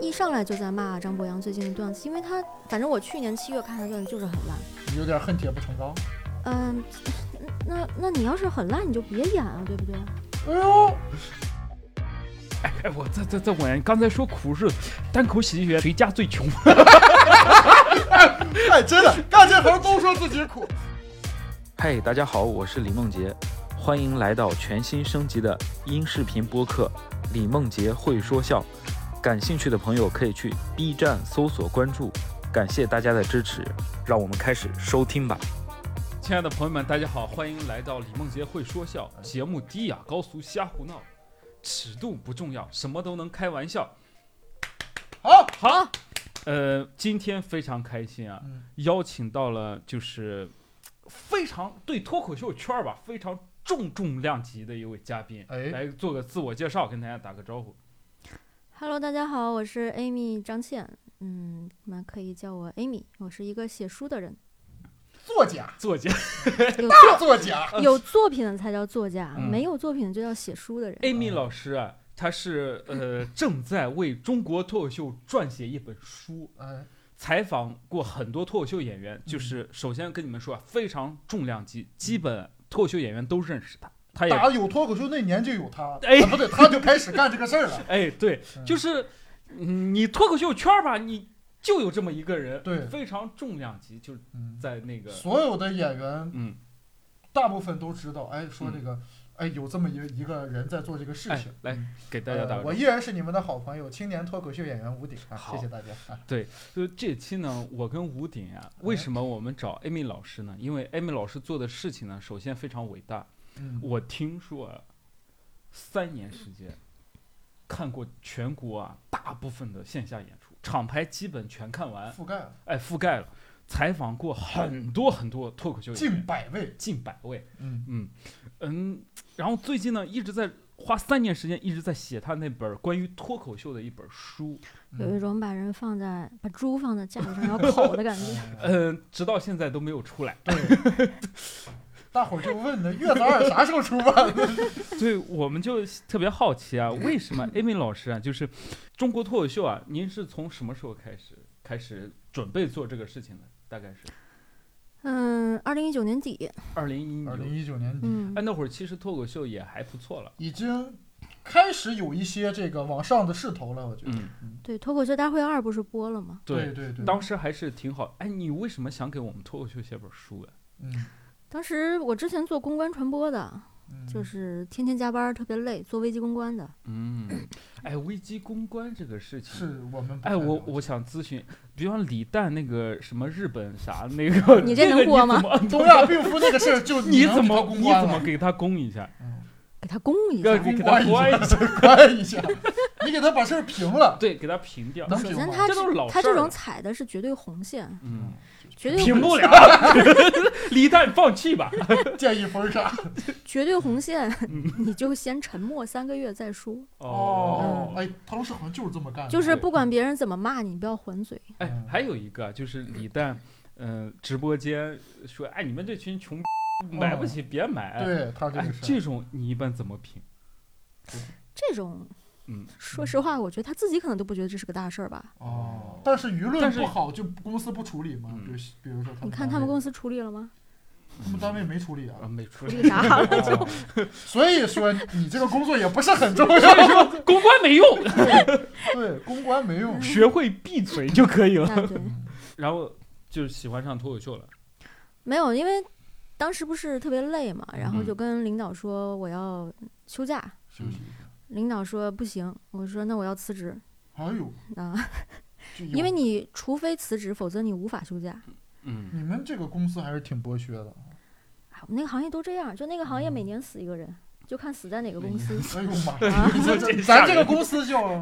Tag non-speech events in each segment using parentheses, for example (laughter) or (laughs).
一上来就在骂张博洋最近的段子，因为他反正我去年七月看他段子就是很烂。你有点恨铁不成钢。嗯，那那你要是很烂，你就别演啊，对不对？哎呦，哎哎，我再再再我刚才说苦是单口喜剧学谁家最穷？ (laughs) 哎，真的干这行都说自己苦。嗨，大家好，我是李梦洁，欢迎来到全新升级的音视频播客《李梦洁会说笑》。感兴趣的朋友可以去 B 站搜索关注，感谢大家的支持，让我们开始收听吧。亲爱的朋友们，大家好，欢迎来到李梦洁会说笑节目，低雅高俗瞎胡闹，尺度不重要，什么都能开玩笑。好，好，呃，今天非常开心啊，嗯邀请到了就是非常对脱口秀圈儿吧非常重重量级的一位嘉宾，哎来做个自我介绍，跟大家打个招呼。 Hello，大家好，我是 Amy 张倩，嗯，你们可以叫我 Amy，我是一个写书的人，作家，作家有大作 (laughs) 家。作有作品的才叫作家，嗯没有作品的就叫写书的人。 Amy 老师啊，她是呃正在为中国脱口秀撰写一本书，哎，采访过很多脱口秀演嗯员，就是首先跟你们说啊，非常重量级，基本脱口秀演员都认识他，他也打有脱口秀那年就有他，哎啊不对，他就开始干这个事 (laughs) 儿了。哎对，嗯就是嗯你脱口秀圈儿吧，你就有这么一个人，对非常重量级，就是嗯，在那个所有的演员嗯，大部分都知道，哎，说这个，哎，有这么一一个人在做这个事哎情。来给大家打呃个我招呼。依然是你们的好朋友，青年脱口秀演员吴鼎啊，好谢谢大家。啊就这期呢，我跟吴鼎啊，哎为什么我们找 Amy 老师呢？因为 Amy 老师做的事情呢，首先非常伟大。嗯，我听说啊三年时间，看过全国啊大部分的线下演出，厂牌基本全看完，覆盖了哎，覆盖了，采访过很多很多脱口秀演近员，百位。近百位，嗯，嗯嗯，然后最近呢一直在花三年时间一直在写他那本关于脱口秀的一本书，嗯有一种把人放在把猪放在架子上要烤的感 (laughs) 觉。嗯嗯，直到现在都没有出来。对，大伙儿就问呢，《月子二》啥时候出版？ (laughs) 所以我们就特别好奇啊，为什么 Amy 老师啊，就是中国脱口秀啊，您是从什么时候开始开始准备做这个事情的？大概是嗯，二零一九年底，二零一二九零。一九年底，嗯哎，，那会儿其实脱口秀也还不错了。已经开始有一些这个往上的势头了，我觉得。嗯，对，脱口秀大会二不是播了吗？对，对对，当时还是挺好。哎，你为什么想给我们脱口秀写本书啊？嗯当时我之前做公关传播的，嗯，就是天天加班特别累，做危机公关的。嗯，哎，危机公关这个事情。是我们不哎，太我了解我想咨询，比方李诞那个什么日本啥 (laughs) 那个，你这能播吗那个你怎么东啊亚病夫那个事儿，就你能怎给他么公你关怎么了给他攻一下？嗯给他攻一要下。给公他关关一下， (laughs) 关一下，你给他把事儿平了。对，给他平掉。能首平先吗他这都是老他事儿这种了踩的是绝对红线，嗯，绝对平红不线了， (laughs) 李诞放弃吧。建议封杀。绝对红 (laughs) 线，你就先沉默三个月再说。哦哎，陶老师好像就是这么干的。就是啊对嗯不管别人怎么骂你，你不要还嘴。哎，还有一个啊就是李诞，嗯、直播间说，哎，你们这群穷买不起，别买。，对他这哎个，事这儿，种你一般怎么评？这种嗯，说实话，我觉得他自己可能都不觉得这是个大事儿吧。哦，但是舆论但是不好，就公司不处理嘛。嗯比如，比如说他你们单位，看他们公司处理了吗？他们单位没处理啊啊，。没出 (laughs) 处来。理啥了？嗯哦所以说你这个工作也不是很重要。公关没用，对，公关没用。学会闭嘴就可以了。那哎对，然后就喜欢上脱口秀了。没有，因为当时不是特别累嘛，然后嗯就跟领导说我要休假，休息一下。领导说不行，我说那我要辞职哎呦，啊，就有因为你除非辞职，否则你无法休假。嗯，你们这个公司还是挺剥削的。哎我们那个行业都这样，就那个行嗯业每年死一个人，就看死在哪个公司，哎呦妈，啊你这这吓咱人这个公司叫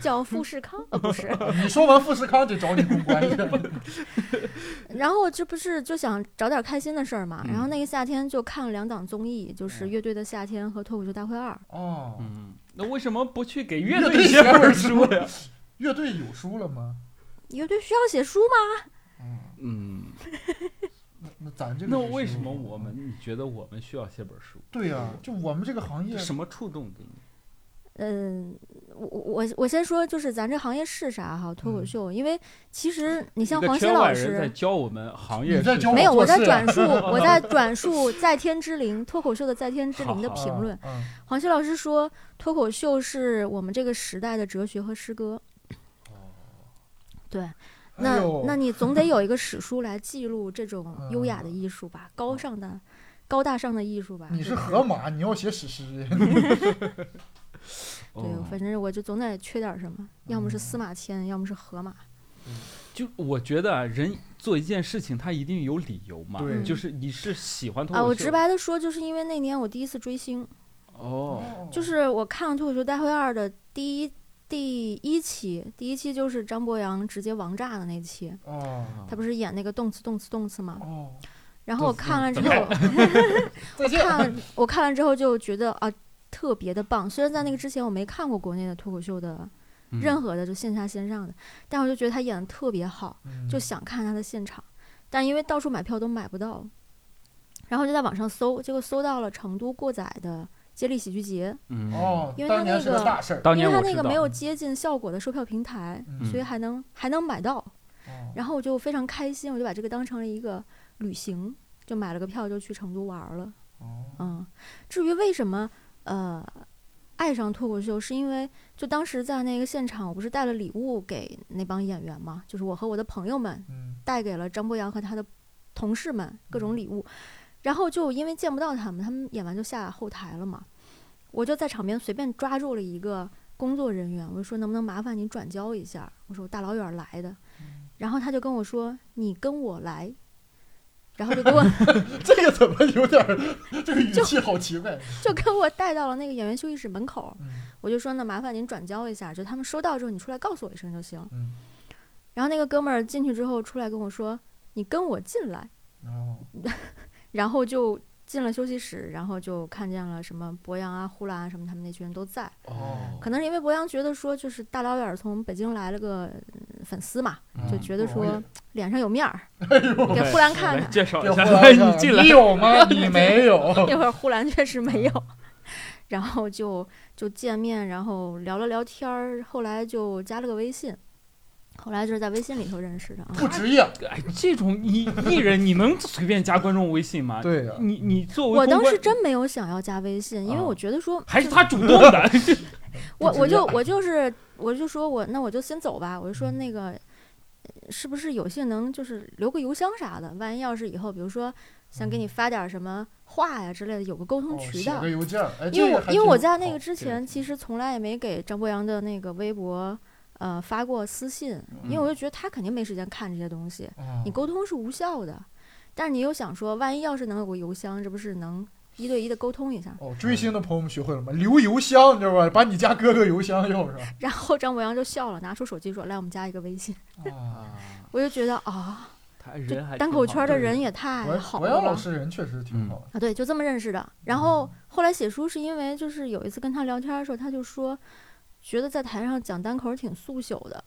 叫富士 (laughs) 康呃不是。你说完富士康得找你公关去。然后这不是就想找点开心的事儿嘛，然后嗯那个夏天就看了两档综艺，就是《嗯乐队的夏天》和《脱口秀大会二》。哦，嗯，那为什么不去给乐乐队队写写本本书呀？乐队有书了吗？乐队需要写书吗？嗯，嗯，那那咱这个那是为书什么我们你觉得我们需要写本书？对呀、就我们这个行业这，什么触动的你？嗯，我我我先说，就是咱这行业是啥哈？脱口秀，因为其实你像嗯一个黄西圈外老人在啊师，教我们行你业在是教我没有，做我在事转述，我 (laughs) 在转述《在天之灵》脱口秀的《在天之灵》的好评论。嗯，黄西老师说，脱口秀是我们这个时代的哲学和诗歌。对，那、哎呦那你总得有一个史书来记录这 (laughs) 种嗯优雅的艺术吧，哦高尚的、高大上的艺术吧。你是对不对河马，你要写 (laughs) 史诗，对，哦反正我就总得缺点什么，要么是嗯司马迁，要么是河马。就我觉得啊，人做一件事情，他一定有理由嘛。对就是你是喜欢脱口啊，秀。我直白的说，就是因为那年我第一次追星，哦，就是我看了《脱口秀大会二》的第一第一期，第一期就是张博洋直接王炸的那期，哦他不是演那个动次动次动次嘛。哦，然后我动次看了之动次 (laughs) 后，再见。看我看完之后就觉得啊，特别的棒。虽然在那个之前我没看过国内的脱口秀的嗯任何的，就线下线上的，但我就觉得他演的特别好，嗯就想看他的现场，但因为到处买票都买不到，然后就在网上搜，结果搜到了成都过载的接力喜剧节，嗯，哦因，为他当年是那个个大事儿，当因年为他我那知个道嗯没有接近效果的售票平台，嗯所以还能还能买到。哦然后我就非常开心，我就把这个当成了一个旅行，就买了个票就去成都玩儿了。哦嗯，至于为什么呃爱上脱口秀，是因为就当时在那个现场，我不是带了礼物给那帮演员嘛，就是我和我的朋友们嗯 (laughs) 带给了张博洋和他的同事们各种礼物，然后就因为见不到他们，他们演完就下后台了嘛，我就在场边随便抓住了一个工作人员，我就说能不能麻烦你转交一下？我说我大老远来的，然后他就跟我说你跟我来，然后就给我 (laughs) 这个怎么有点儿这个语就气好奇怪？就给我带到了那个演员休息室门口，嗯我就说呢麻烦您转交一下，就他们收到之后你出来告诉我一声就行。嗯，然后那个哥们儿进去之后出来跟我说你跟我进来。哦然后就进了休息室，然后就看见了什么博洋啊、呼啦啊什么，他们那群人都在。哦，可能是因为博洋觉得说，就是大老远儿从北京来了个嗯粉丝嘛，就嗯觉得不容易说脸上有面儿，哎呦，给呼兰看来看。介绍这一下后， (laughs) 来你进来你有吗？你没有。 (laughs) 那会儿呼兰确实没有， (laughs) 然后就就见面，然后聊了聊天儿，后来就加了个微信，后来就是在微信里头认识的啊。不职业，哎，这种艺艺人，你能随便加观众微信吗？对哦呀、你你作为我当公关时真没有想要加微信，因为啊我觉得说还就是他主动的，我不我直就我就是我就说我那我就先走吧，我就说那个呃是不是有些能就是留个邮箱啥的，万一要是以后比如说想给你发点什么话呀之类的，有个沟通哦，渠写道。个邮件儿，哎，因为这我个还因为我挺在那好个之这个前其实从来也没给张博洋的那个微博呃发过私信，因为我就觉得他肯定没时间看这些东西，哦你沟通是无效的。但是你又想说，万一要是能有个邮箱，这不是能一对一的沟通一下？ (laughs) 哦，追星的朋友们学会了吗？留邮箱，你知道吧？把你家哥哥邮箱要上。然后张博洋就笑了，拿出手机说：“来，我们加一个微信。” (laughs) (laughs) 啊，我就觉得啊，他这人还单口圈的人也博太好博洋了老吧师人确实挺好的。啊，对，就这么认识的。嗯然后后来写书是因为就是有一次跟他聊天的时候，他就说，觉得在台上讲单口儿挺速朽的，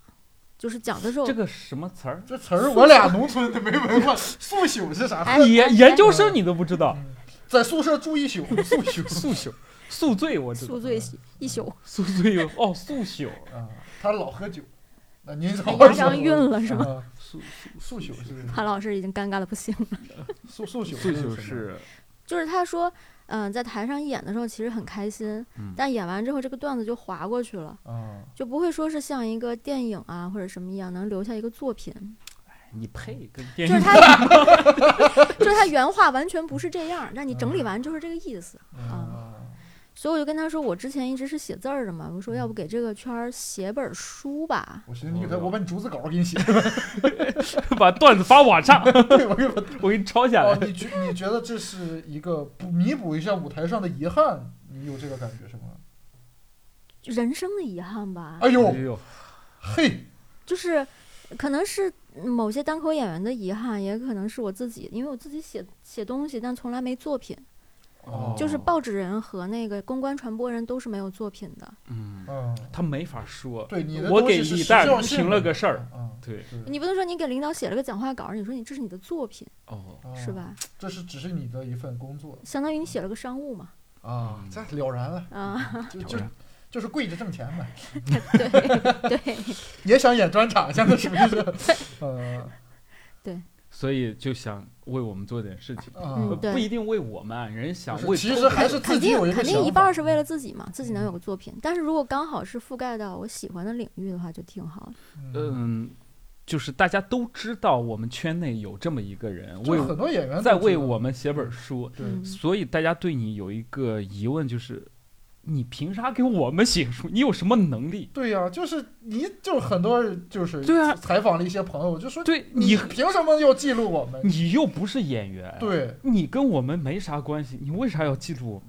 就是讲的时候这个什么词儿？这词儿我俩农村的没文化，速朽 (laughs) 是啥？哎哎啊研研究生你都不知道，嗯在宿舍住一宿，速朽，宿朽、宿醉，我知道宿 (laughs) 醉喜一宿，宿醉有哦，宿朽啊，他老喝酒。那您哦好好押想哎上韵了 (laughs) 是吗？啊宿速朽是潘老师已经尴尬的不行了。速速朽宿朽什么是就是他说，嗯、在台上演的时候其实很开心，嗯但演完之后这个段子就划过去了，啊，就不会说是像一个电影啊或者什么一样能留下一个作品。你配跟就电是影他， (laughs) 就是他原话完全不是这样，但你整理完就是这个意思。啊所以我就跟他说，我之前一直是写字儿的嘛，我说要不嗯给这个圈儿写本儿书吧。我寻思你给哦他，我把你逐字稿给你 (laughs) 写，把段子发网上， (laughs) 对，我给他。我给你抄下哦来，。你觉你觉得这是一个补弥补一下舞台上的遗憾，你有这个感觉是吗？人生的遗憾吧，哎呦哎，呦，嘿，就是可能是某些单口演员的遗憾，也可能是我自己，因为我自己写写东西，但从来没作品。哦就是报纸人和那个公关传播人都是没有作品的。嗯，嗯，他没法说。对，你的我东西给是李时诞效性评的了个事儿，嗯，对，是你不能说你给领导写了个讲话稿，你说你这是你的作品，哦，哦是？吧？这是只是你的一份工作相当于你写了个商务嘛。啊嗯这了然了，啊，就了就然就是跪着挣钱呗，对对， (laughs) 也想演专场，现在是不是？呃所以就想为我们做点事情，啊嗯，对不一定为我们，啊人家想就是为其周实围还是自肯己有定一个肯定想一法半儿是为了自己嘛，自己能有个作品。但是如果刚好是覆盖到我喜欢的领域的话，就挺好的。嗯，嗯，就是大家都知道我们圈内有这么一个人，就为是很多演员都在知为道我们写本书，对嗯所以大家对你有一个疑问，就是你凭啥给我们写书？你有什么能力？对呀、就是你就是很多人就是对啊采访了一些朋友，就说对你你，凭什么要记录我们？你又不是演员，，嗯对，你跟我们没啥关系，你为啥要记住我们？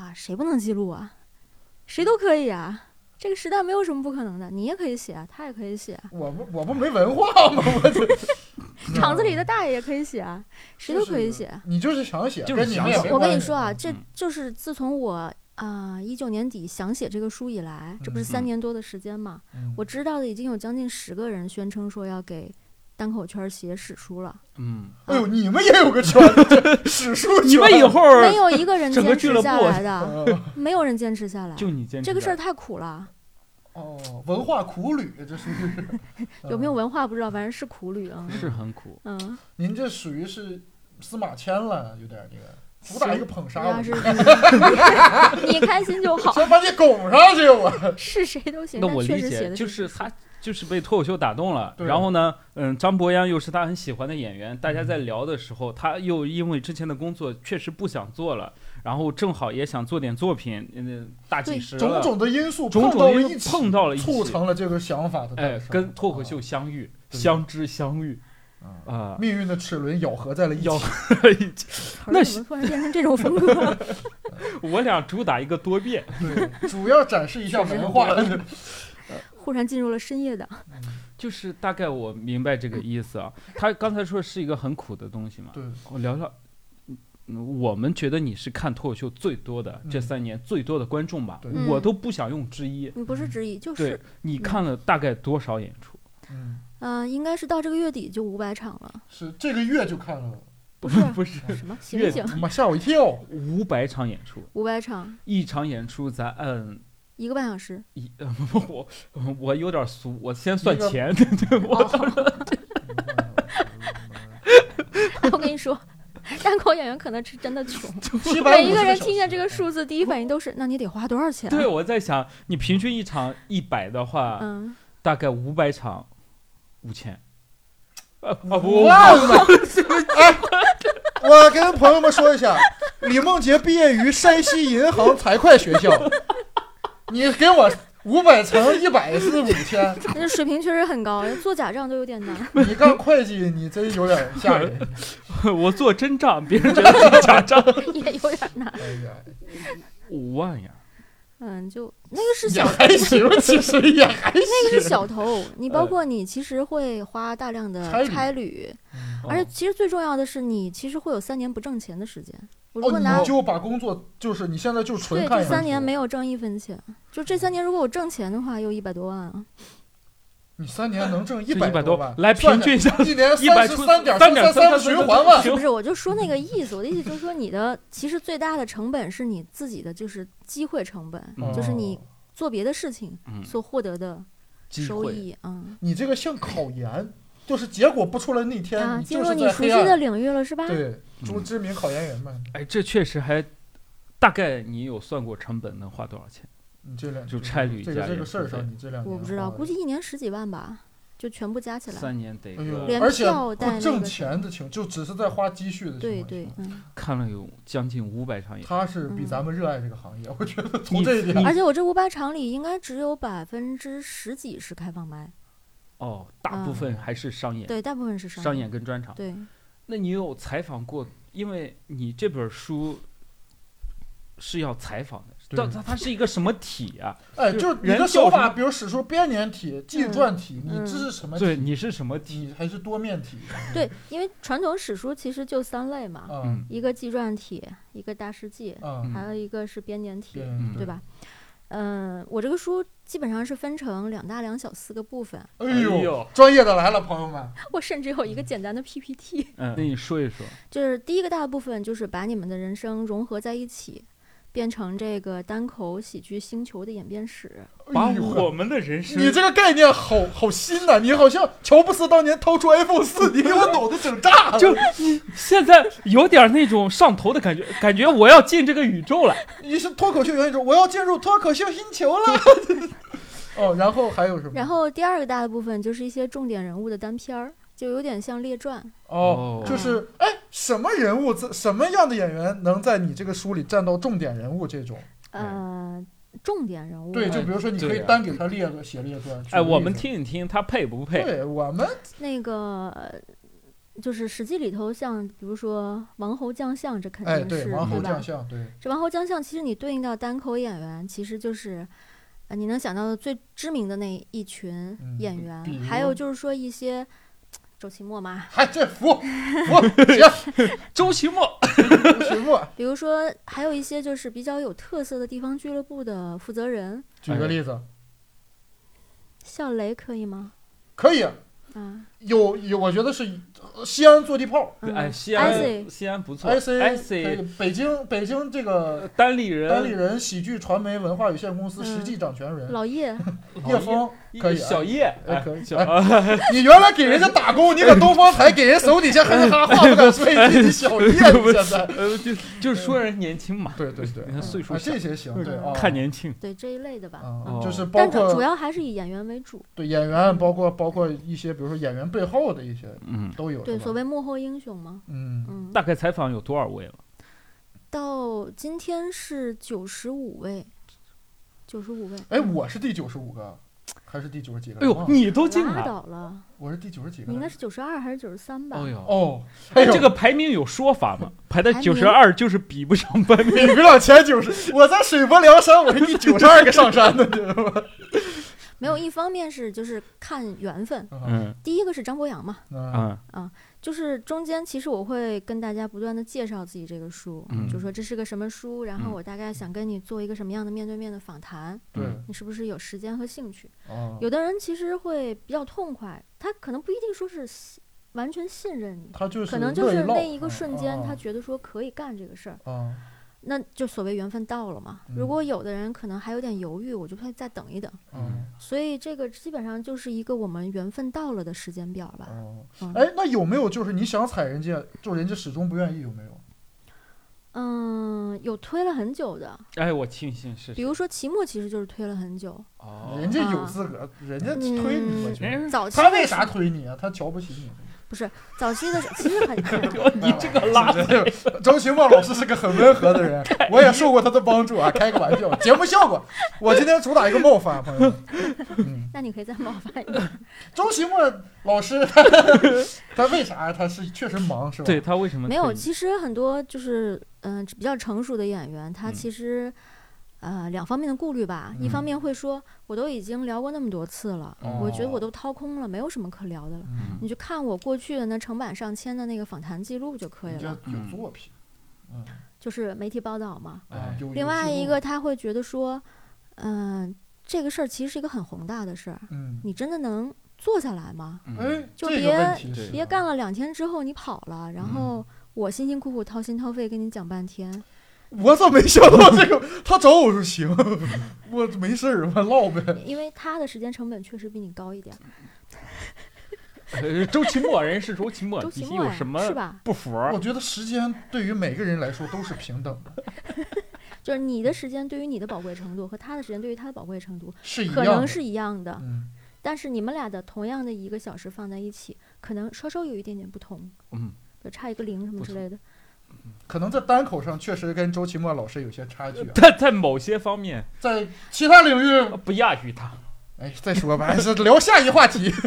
啊，谁不能记录啊？谁都可以啊，这个时代没有什么不可能的，你也可以写啊，他也可以写啊，我们我们没文化吗？ (laughs) 我这厂子里的大爷也可以写啊，谁都可以写啊。你就是想写，就是跟你们也想没写我跟你关系说啊，这嗯就是自从我啊一九年底想写这个书以来，这不是嗯三嗯年多的时间嘛，嗯我知道的已经有将近十个人宣称说要给单口圈写史书了，嗯，哎呦，你们也有个圈子，这史书 (laughs) 你们圈以后儿没有一个人整坚个俱乐持下部来 (laughs) 的，呃没有人坚持下来。就你坚持这个事儿的，太苦了，哦，文化苦旅，这属于是 (laughs) 有没有嗯文化不知道，反正是苦旅啊。是很苦。嗯，您这属于是司马迁了，有点儿这个主打一个捧杀要我，是你 (laughs) 开心就 (laughs) 好。先把你拱上去，我是谁都行。那但我确理实写解，的就是史他就是被脱口秀打动了，对然后呢，嗯，张博洋又是他很喜欢的演员，大家在聊的时候，他又因为之前的工作确实不想做了，然后正好也想做点作品，嗯，大几对十种了，种的因素种碰种到了因一素起，碰到了一起，促成了这个想法的诞哎生，跟脱口秀相遇，对相知相遇啊啊啊，命运的齿轮咬合在了一起要。 (laughs) 词儿那怎么突然变成这种风格？我俩主打一个多变，对，主要展示一下文化。忽然进入了深夜档。就是大概我明白这个意思啊。他刚才说是一个很苦的东西嘛，对，我聊聊，嗯，我们觉得你是看脱口秀最多的、这嗯三年最多的观众吧，对嗯我都不想用之一。你不是之一，就对是你嗯看了大概多少演出？嗯，嗯，应该是到这个月底就五百场了，是这个月就看了，不是 (laughs) 不是什么月醒底醒，妈吓我一 (laughs) 跳。五百场演出，五百场一场演出咱按一个半小时。 (laughs) 一， (laughs) 我我有点俗，我先算一个钱， (laughs) 对我哦我跟你说，单口演员可能是真的穷，七百每一个人听见这嗯个数字，第一反应都是：那你得花多少钱啊？对我在想，你平均一场一百的话，嗯，大概五百场五千， (laughs) 啊啊不，万了。哎，我跟朋友们说一下，李梦洁毕业于山西银行财会学校。你给我五百乘一百是五千，那水平确实很高，做假账都有点 (laughs) 难。你干会计你真有点吓 (laughs) 人。 (laughs) 我做真账，别人觉得是假账，也有点难，哎呀，五万呀。嗯，就那个是也小还行，其实也还行。那个是小头，你包括你其实会花大量的差旅差旅，嗯而哦且其实最重要的是，你其实会有三年不挣钱的时间。我如哦，果拿你就把工作，就是你现在就纯对看这演三年出没有挣一分钱，就这三年如果我挣钱的话，有一百多万啊。你三年能挣一就一百多多万，来算平均一下，一年一百三出十三点三三点三三循环万三，不是，我就说那个意思，我的意思就是说，你的其实最大的成本是你自己的就是机会成本，(laughs) 嗯就是你做别的事情嗯，所获得的机收会益。嗯，你这个像考研，就是结果不出来那天，啊，你进就入是你在熟悉黑的暗。领域了，是吧？对，朱嗯知名考研员嘛，哎，这确实还大概你有算过成本能花多少钱？你这两就差旅这加个这也个事儿是上，对你这两年我不知道，花了估计一年十几万吧，就全部加起来。三年得哎呦个连而且票带那不个挣什钱的情，就只是在花积蓄的情对况对下，嗯。看了有将近五百场演出，他是比嗯咱们热爱这个行业，我觉得从你这一点你而且我这五百场里，应该只有百分之十几是开放麦，哦，大部分还是商演，嗯对，大部分是商演演。跟专场。对，那你有采访过？因为你这本书是要采访的，对到它它是一个什么体啊？哎，就就是你人的手叫什法，么比如史书编年体、纪嗯传体，你嗯这是什么对，体？你是什么体？你还是多面体？对，因为传统史书其实就三类嘛，啊嗯一个纪传体，一个大世纪，啊，嗯还有一个是编年体，对嗯对？吧？嗯，我这个书基本上是分成两大两小四个部分，哎呦，，专业的来了，朋友们。我甚至有一个嗯简单的 PPT，嗯，那你说一说，就是第一个大部分就是把你们的人生融合在一起。变成这个单口喜剧星球的演变史。把哎呦我们的人生你这个概念好好新呐、你好像乔布斯当年掏出 iPhone (laughs) 四，你给我脑子整炸 (laughs) 了。就现在有点那种上头的感觉， (laughs) 感觉我要进这个宇宙了。你是脱口秀演员，我要进入脱口秀星球 (laughs) 了。哦，然后还有什么？然后第二个大的部分就是一些重点人物的单片儿，就有点像列传。哦，就嗯是哎，什么人物在什么样的演员能在你这个书里占到重点人物这种？呃，重点人物。哎对，就比如说你可以哎对啊单给他列个写列传。举哎，个例我们子。听一听他配不配？对我们那个呃就是《史记》里头，像比如说王侯将相，这肯哎，定对是、王侯吧将？相，对这王侯将相，其实你对应到单口演员，其实就是。呃，你能想到的最知名的那一群嗯演员，比还如有就是说一些周奇墨嘛，还这 (laughs) 服服行，周奇墨，徐墨，比如说还有一些就是比较有特色的地方俱乐部的负责人，举个例子，笑雷可以吗？可以啊，有有，我觉得是西安坐地炮嗯哎，西 IC 安西安不错，I C ，I 可 C 以，北京北京这个单立人，单立人喜剧传媒文化有限公司嗯实际掌权人老叶叶枫，可以小叶，哎哎可以小哎啊你原来给人家打工，你搁东方台给人手底下哼哈哎话不敢说一句，你小叶你现在。呃，就就是说人年轻嘛，对对对，你看岁数啊，小这，些行，对啊，看哦年轻。对这一类的吧，啊嗯，就是包但主主括要还是以演员为主。对演员，包括包括一些，比如说演员背后的一些嗯，都有，对，是吧所谓幕后英雄嘛，嗯，嗯，大概采访有多少位了？到今天是九十五位，九十五位，哎，我是第九十五个，还是第九十几个？哎呦，忘了你都进啊拉了。倒了，我是第九十几个来着，你应该是九十二还是九十三吧？哎呦，哦，哎哎，呦这个排名有说法 (laughs) 吗？排在排名九十二就是比不上班。比不了前九十，我在水泊梁山，我是第九十二个上山的，知道吗？没有，一方面是就是看缘分，嗯第一个是张博洋嘛，啊，啊就是中间其实我会跟大家不断的介绍自己这个书，嗯就说这是个什么书，然后嗯我大概想跟你做一个什么样的面对面的访谈，对，嗯你是不是有时间和兴趣？啊，有的人其实会比较痛快，他可能不一定说是信完全信任你，他就是可能就乐是唠那一个瞬间，他啊觉得说可以干这个事儿，啊啊那就所谓缘分到了嘛。嗯如果有的人可能还有点犹豫，我就会再等一等。嗯啊所以这个基本上就是一个我们缘分到了的时间表吧。哦嗯哎，那有没有就是你想踩人家，就人家始终不愿意，有没有？嗯，有推了很久的，哎，我庆幸是比如说期末其实就是推了很久，哦嗯人家啊有资格，人家推嗯你，我觉得。人早期嗯他为啥推你啊？他瞧不起你。早期的时候其实很你这个拉真的是周奇墨老师是个很温和的人， (laughs) 我也受过他的帮助啊，开个玩笑，节目效果。我今天主打一个冒犯，朋友们。(laughs) 嗯。那你可以再冒犯一点。周奇墨老师，他他为啥？他是确实忙是吧？对，他为什么没有，退役其实很多就是嗯、比较成熟的演员，他嗯其实、呃两方面的顾虑吧，嗯一方面会说我都已经聊过那么多次了，我觉得我都都掏空了，没有什么可聊的了。哦嗯你就看我过去的那成百上千的那个访谈记录就可以你这了，有作品，嗯就是媒体报道嘛。嗯哎啊，有另外一个，，他会觉得说，嗯、这个事儿其实是一个很宏大的事儿，有嗯，你真的能做下来吗？嗯哎，就这个别问题是别干了两天之后你跑了，然嗯后我辛辛苦苦掏心掏肺跟你讲半天， (laughs) 我咋没想到这个？他找我说行， (laughs) 我没事儿，我唠呗。因为他的时间成本确实比你高一点儿。 (laughs) 呃周奇墨人是周奇墨，周你奇墨有呀什么是吧？不服？我觉得时间对于每个人来说都是平等的，就是你的时间对于你的宝贵程度和他的时间对于他的宝贵程度是一可样的。能是一样的，嗯，但是你们俩的同样的一个小时放在一起，可能稍稍有一点点不同，嗯，就差一个零什么不之同类的。可能在单口上确实跟周奇墨老师有些差距啊，他 (laughs) 在某些方面在其他领域呃不亚于他。哎，再说吧，是聊下一话题。 (laughs)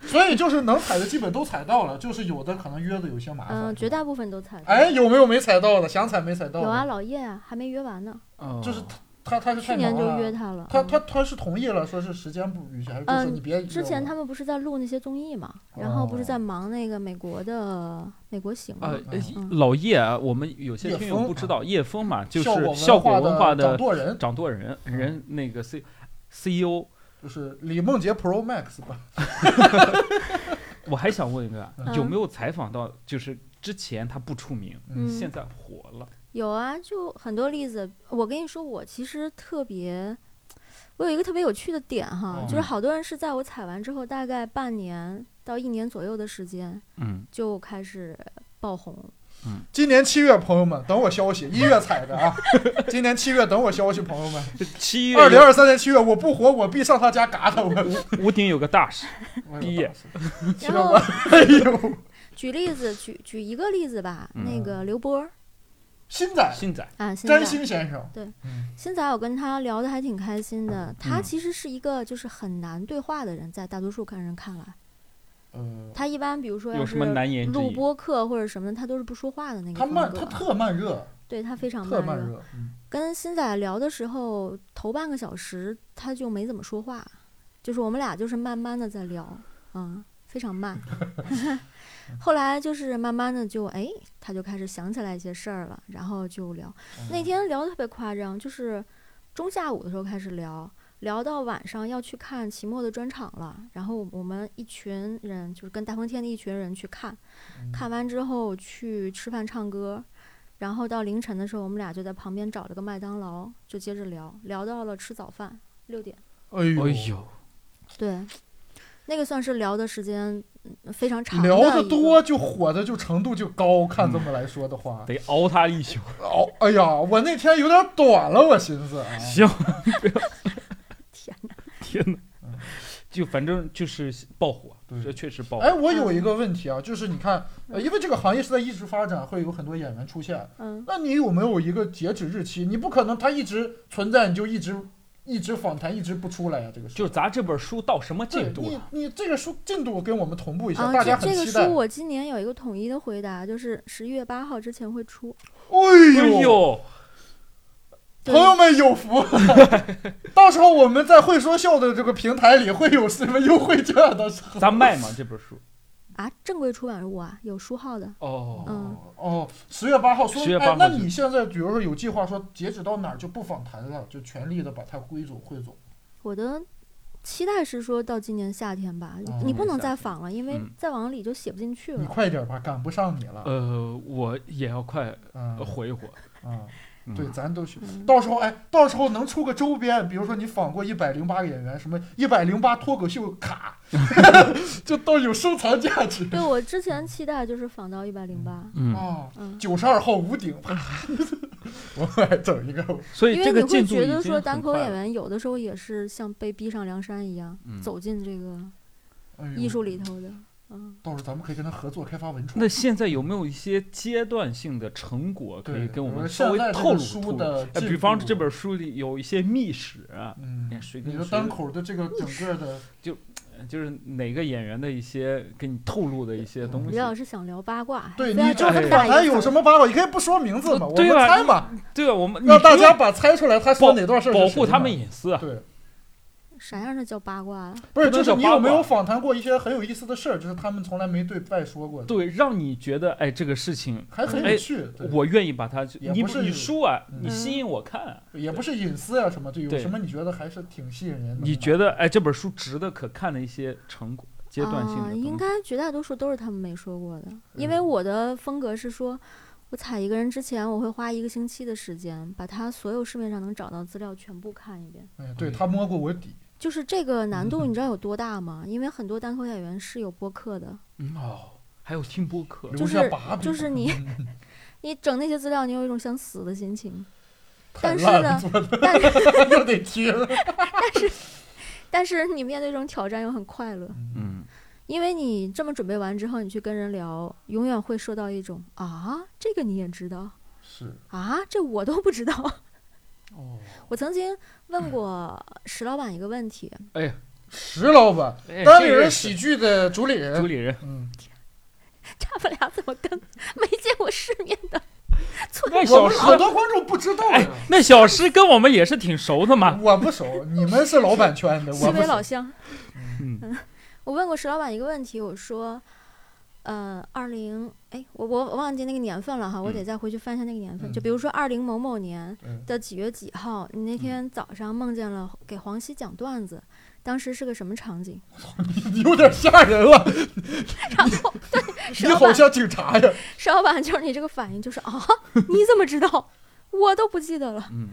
所以就是能踩的基本都踩到了，就是有的可能约的有些麻烦。嗯，绝大部分都踩过。哎，有没有没踩到的？想踩没踩到的？有啊，老叶啊，还没约完呢，就是他他他是去太年忙就了。约他了。他嗯他他是同意了，说是时间不允许，还是就嗯是你别约我。之前他们不是在录那些综艺嘛，然后不是在忙那个美国的美国行嘛呃，呃嗯老叶啊，我们有些叶听友枫啊不知道，叶枫嘛，就是效效果文化掌的舵人掌舵人，嗯人那个 E C CEO。就是李梦洁 Pro Max 吧。我还想问一个，嗯有没有采访到，就是之前他不出名，嗯现在火了？有啊，就很多例子。我跟你说，我其实特别，我有一个特别有趣的点哈，就是嗯好多人是在我采完之后，大概半年到一年左右的时间嗯，就开始爆红。今年七月，朋友们等我消息，一月采的 (laughs) 啊。今年七月等我消息，朋友们。七二零二三年七月，我不火，我必上他家嘎他。我屋顶有个大师， (laughs) 毕业，知然道后吧？哎呦，举例子，举举一个例子吧，那嗯个刘波儿新仔，新仔，啊，现在占星先生，现在我跟他聊的还挺开心的。他嗯其实是一个就是很难对话的人，在大多数看人看来，呃，他一般比如说要有啊是什么难言之录隐？播课或者什么的，他都是不说话的那个他风慢，格他特慢热，对他非常特慢慢热。热。跟新仔聊的时候，头半个小时他就没怎么说话，就是我们俩就是慢慢的在聊，嗯，非常慢。 (laughs) 后来就是慢慢的就哎，他就开始想起来一些事儿了，然后就聊。那天聊的特别夸张，就是中下午的时候开始聊，聊到晚上要去看期末的专场了，然后我们一群人就是跟大风天的一群人去看，嗯看完之后去吃饭唱歌，然后到凌晨的时候，我们俩就在旁边找了个麦当劳，就接着聊，聊到了吃早饭六点。哎呦哎，呦，对， (sniffs) 那个算是聊的时间嗯非常长聊的得一个多就火的就程度就高，看这么来说的话，得熬他一宿。 (laughs) 哦，哎呀，我那天有点短了，我寻思啊，行，天哪，天哪，就反正就是爆火，嗯对这确实爆哎，火。我有一个问题啊，就是你看，呃，因为这个行业是在一直发展，会有很多演员出现，嗯，那你有没有一个截止日期？你不可能他一直存在，你就一直一直访谈，一直不出来呀、这个事。就是咱这本书到什么进度啊对了？你你这个书进度跟我们同步一下，啊，大这家很这个期待。书我今年有一个统一的回答，就是十一月八号之前会出。哎哎呦，呦，对朋友们有福了！ (laughs) 到时候我们在会说笑的这个平台里会有什么优惠券的。咱卖吗？这本书？啊，正规出版物啊，有书号的。哦，嗯哦，十月八号说， 10月8哎号，那你现在比如说有计划说截止到哪儿就不访谈了，就全力的把它归总汇总。我的期待是说到今年夏天吧，哦你不能夏天再仿了，因为嗯再往里就写不进去你了。快点吧，赶不上你了。呃，我也要快嗯火一火。嗯，嗯对，咱都是。嗯到时候哎，到时候能出个周边，比如说你访过一百零八个演员，什么一百零八脱口秀 (laughs) 卡，就都有收藏价值。对我之前期待就是仿到一百零八，嗯，啊，嗯，九十二号屋顶， (laughs) 啪，我来整一个。所以因为这个你会进度觉得已经说单很口快演了。员有的时候也是像被逼上梁山一样，嗯走进这个哎呦艺术里头的，嗯，到时候咱们可以跟他合作开发文创。那现在有没有一些阶段性的成果可以对，跟我我们稍现微在这透个露书透露？的哎，进步，比方这本书里有一些秘史啊，嗯，哎谁你跟的谁单的口的 (laughs) 这个整个的，就是哪个演员的一些给你透露的一些东李西。老师想聊八卦，对，非要你这这么跟大访一谈个有梗什？么八卦？你可以不说名字嘛，我对们啊猜嘛，对啊，我们让你大不家用把猜出来他说保哪段事儿是保谁护他嘛们隐私啊。对，啥样的叫八卦啊？不是，不就能是叫你八有没卦有访谈过一些很有意思的事儿，就是他们从来没对外说过的，对，让你觉得哎，这个事情还很哎有趣。对我愿意把它就，也你不不是你书啊，嗯你吸引我看啊，也不是隐私啊什么，对，有对什么你觉得还是挺吸引人的。你觉得哎，这本书值得可看的一些成果、阶段性啊的应东西。嗯该绝大多数都是他们没说过的，因为我的风格是说，我采一个人之前，我会花一个星期的时间，把他所有市面上能找到资料全部看一遍。哎，对他摸过我底，就是这个难嗯度，你知道有多大吗？因为很多单口演员是有播客的，嗯哦，还有听播客，留是下把 (laughs) 柄。就是你嗯你整那些资料，你有一种想死的心情。太但是烂了呢，做的但是 (laughs) 又得听。但是你面对这种挑战又很快乐，嗯，嗯，因为你这么准备完之后，你去跟人聊，永远会受到一种啊，这个你也知道是啊，这我都不知道。 (laughs) 哦。我曾经问过石老板一个问题，石老板，哎单立这个人是喜剧的主理主人。理人，嗯，他们俩怎么跟没见过世面的村那我小们诗，很多观众不知道哎啊呀。，那小诗跟我们也是挺熟的嘛。我不熟，你们是老板 (laughs) 圈的，西呃我不北老熟。乡？嗯，我问过石老板一个问题，我说，呃，二零，哎，我我我忘记那个年份了哈，我得再回去翻一下那个年份。嗯就比如说二零某某年 (laughs) 嗯的几月几号，你那天早上梦见了给黄西讲段子，当时是个什么场景？你有点吓人了， (laughs) 然后对，石 (laughs) 你老好板，像警察呀！石老板 (laughs) 就是你这个反应，就是啊， (laughs) 你怎么知道？我都不记得了。嗯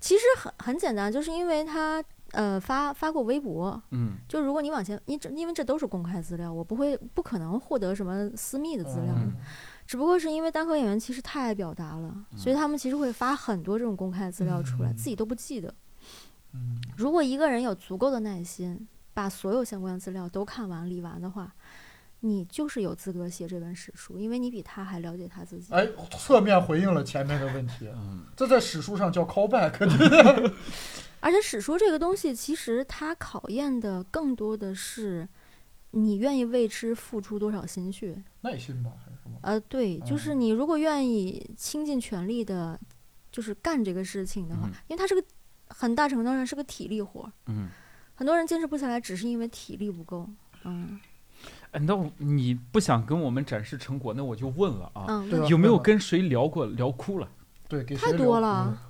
其实很很简单，就是因为他呃发发过微博，嗯就如果你往前，你这因为这都是公开资料，我不会不可能获得什么私密的资料的嗯只不过是因为单口演员其实太爱表达了，所以他们其实会发很多这种公开资料出来，嗯自己都不记得。嗯如果一个人有足够的耐心，把所有相关资料都看完理完的话，你就是有资格写这本史书，因为你比他还了解他自己。哎，侧面回应了前面的问题，嗯这在史书上叫 (laughs) callback。而且史书这个东西，其实它考验的更多的是你愿意为之付出多少心血。耐心吧，还是什么？呃，对，嗯就是你如果愿意倾尽全力的，就是干这个事情的话，嗯因为它是个很大程度上是个体力活儿，嗯，很多人坚持不下来，只是因为体力不够。嗯哎，那我你不想跟我们展示成果，那我就问了啊，嗯，对吧问有没有跟谁聊过聊哭了？对，给太谁多留了。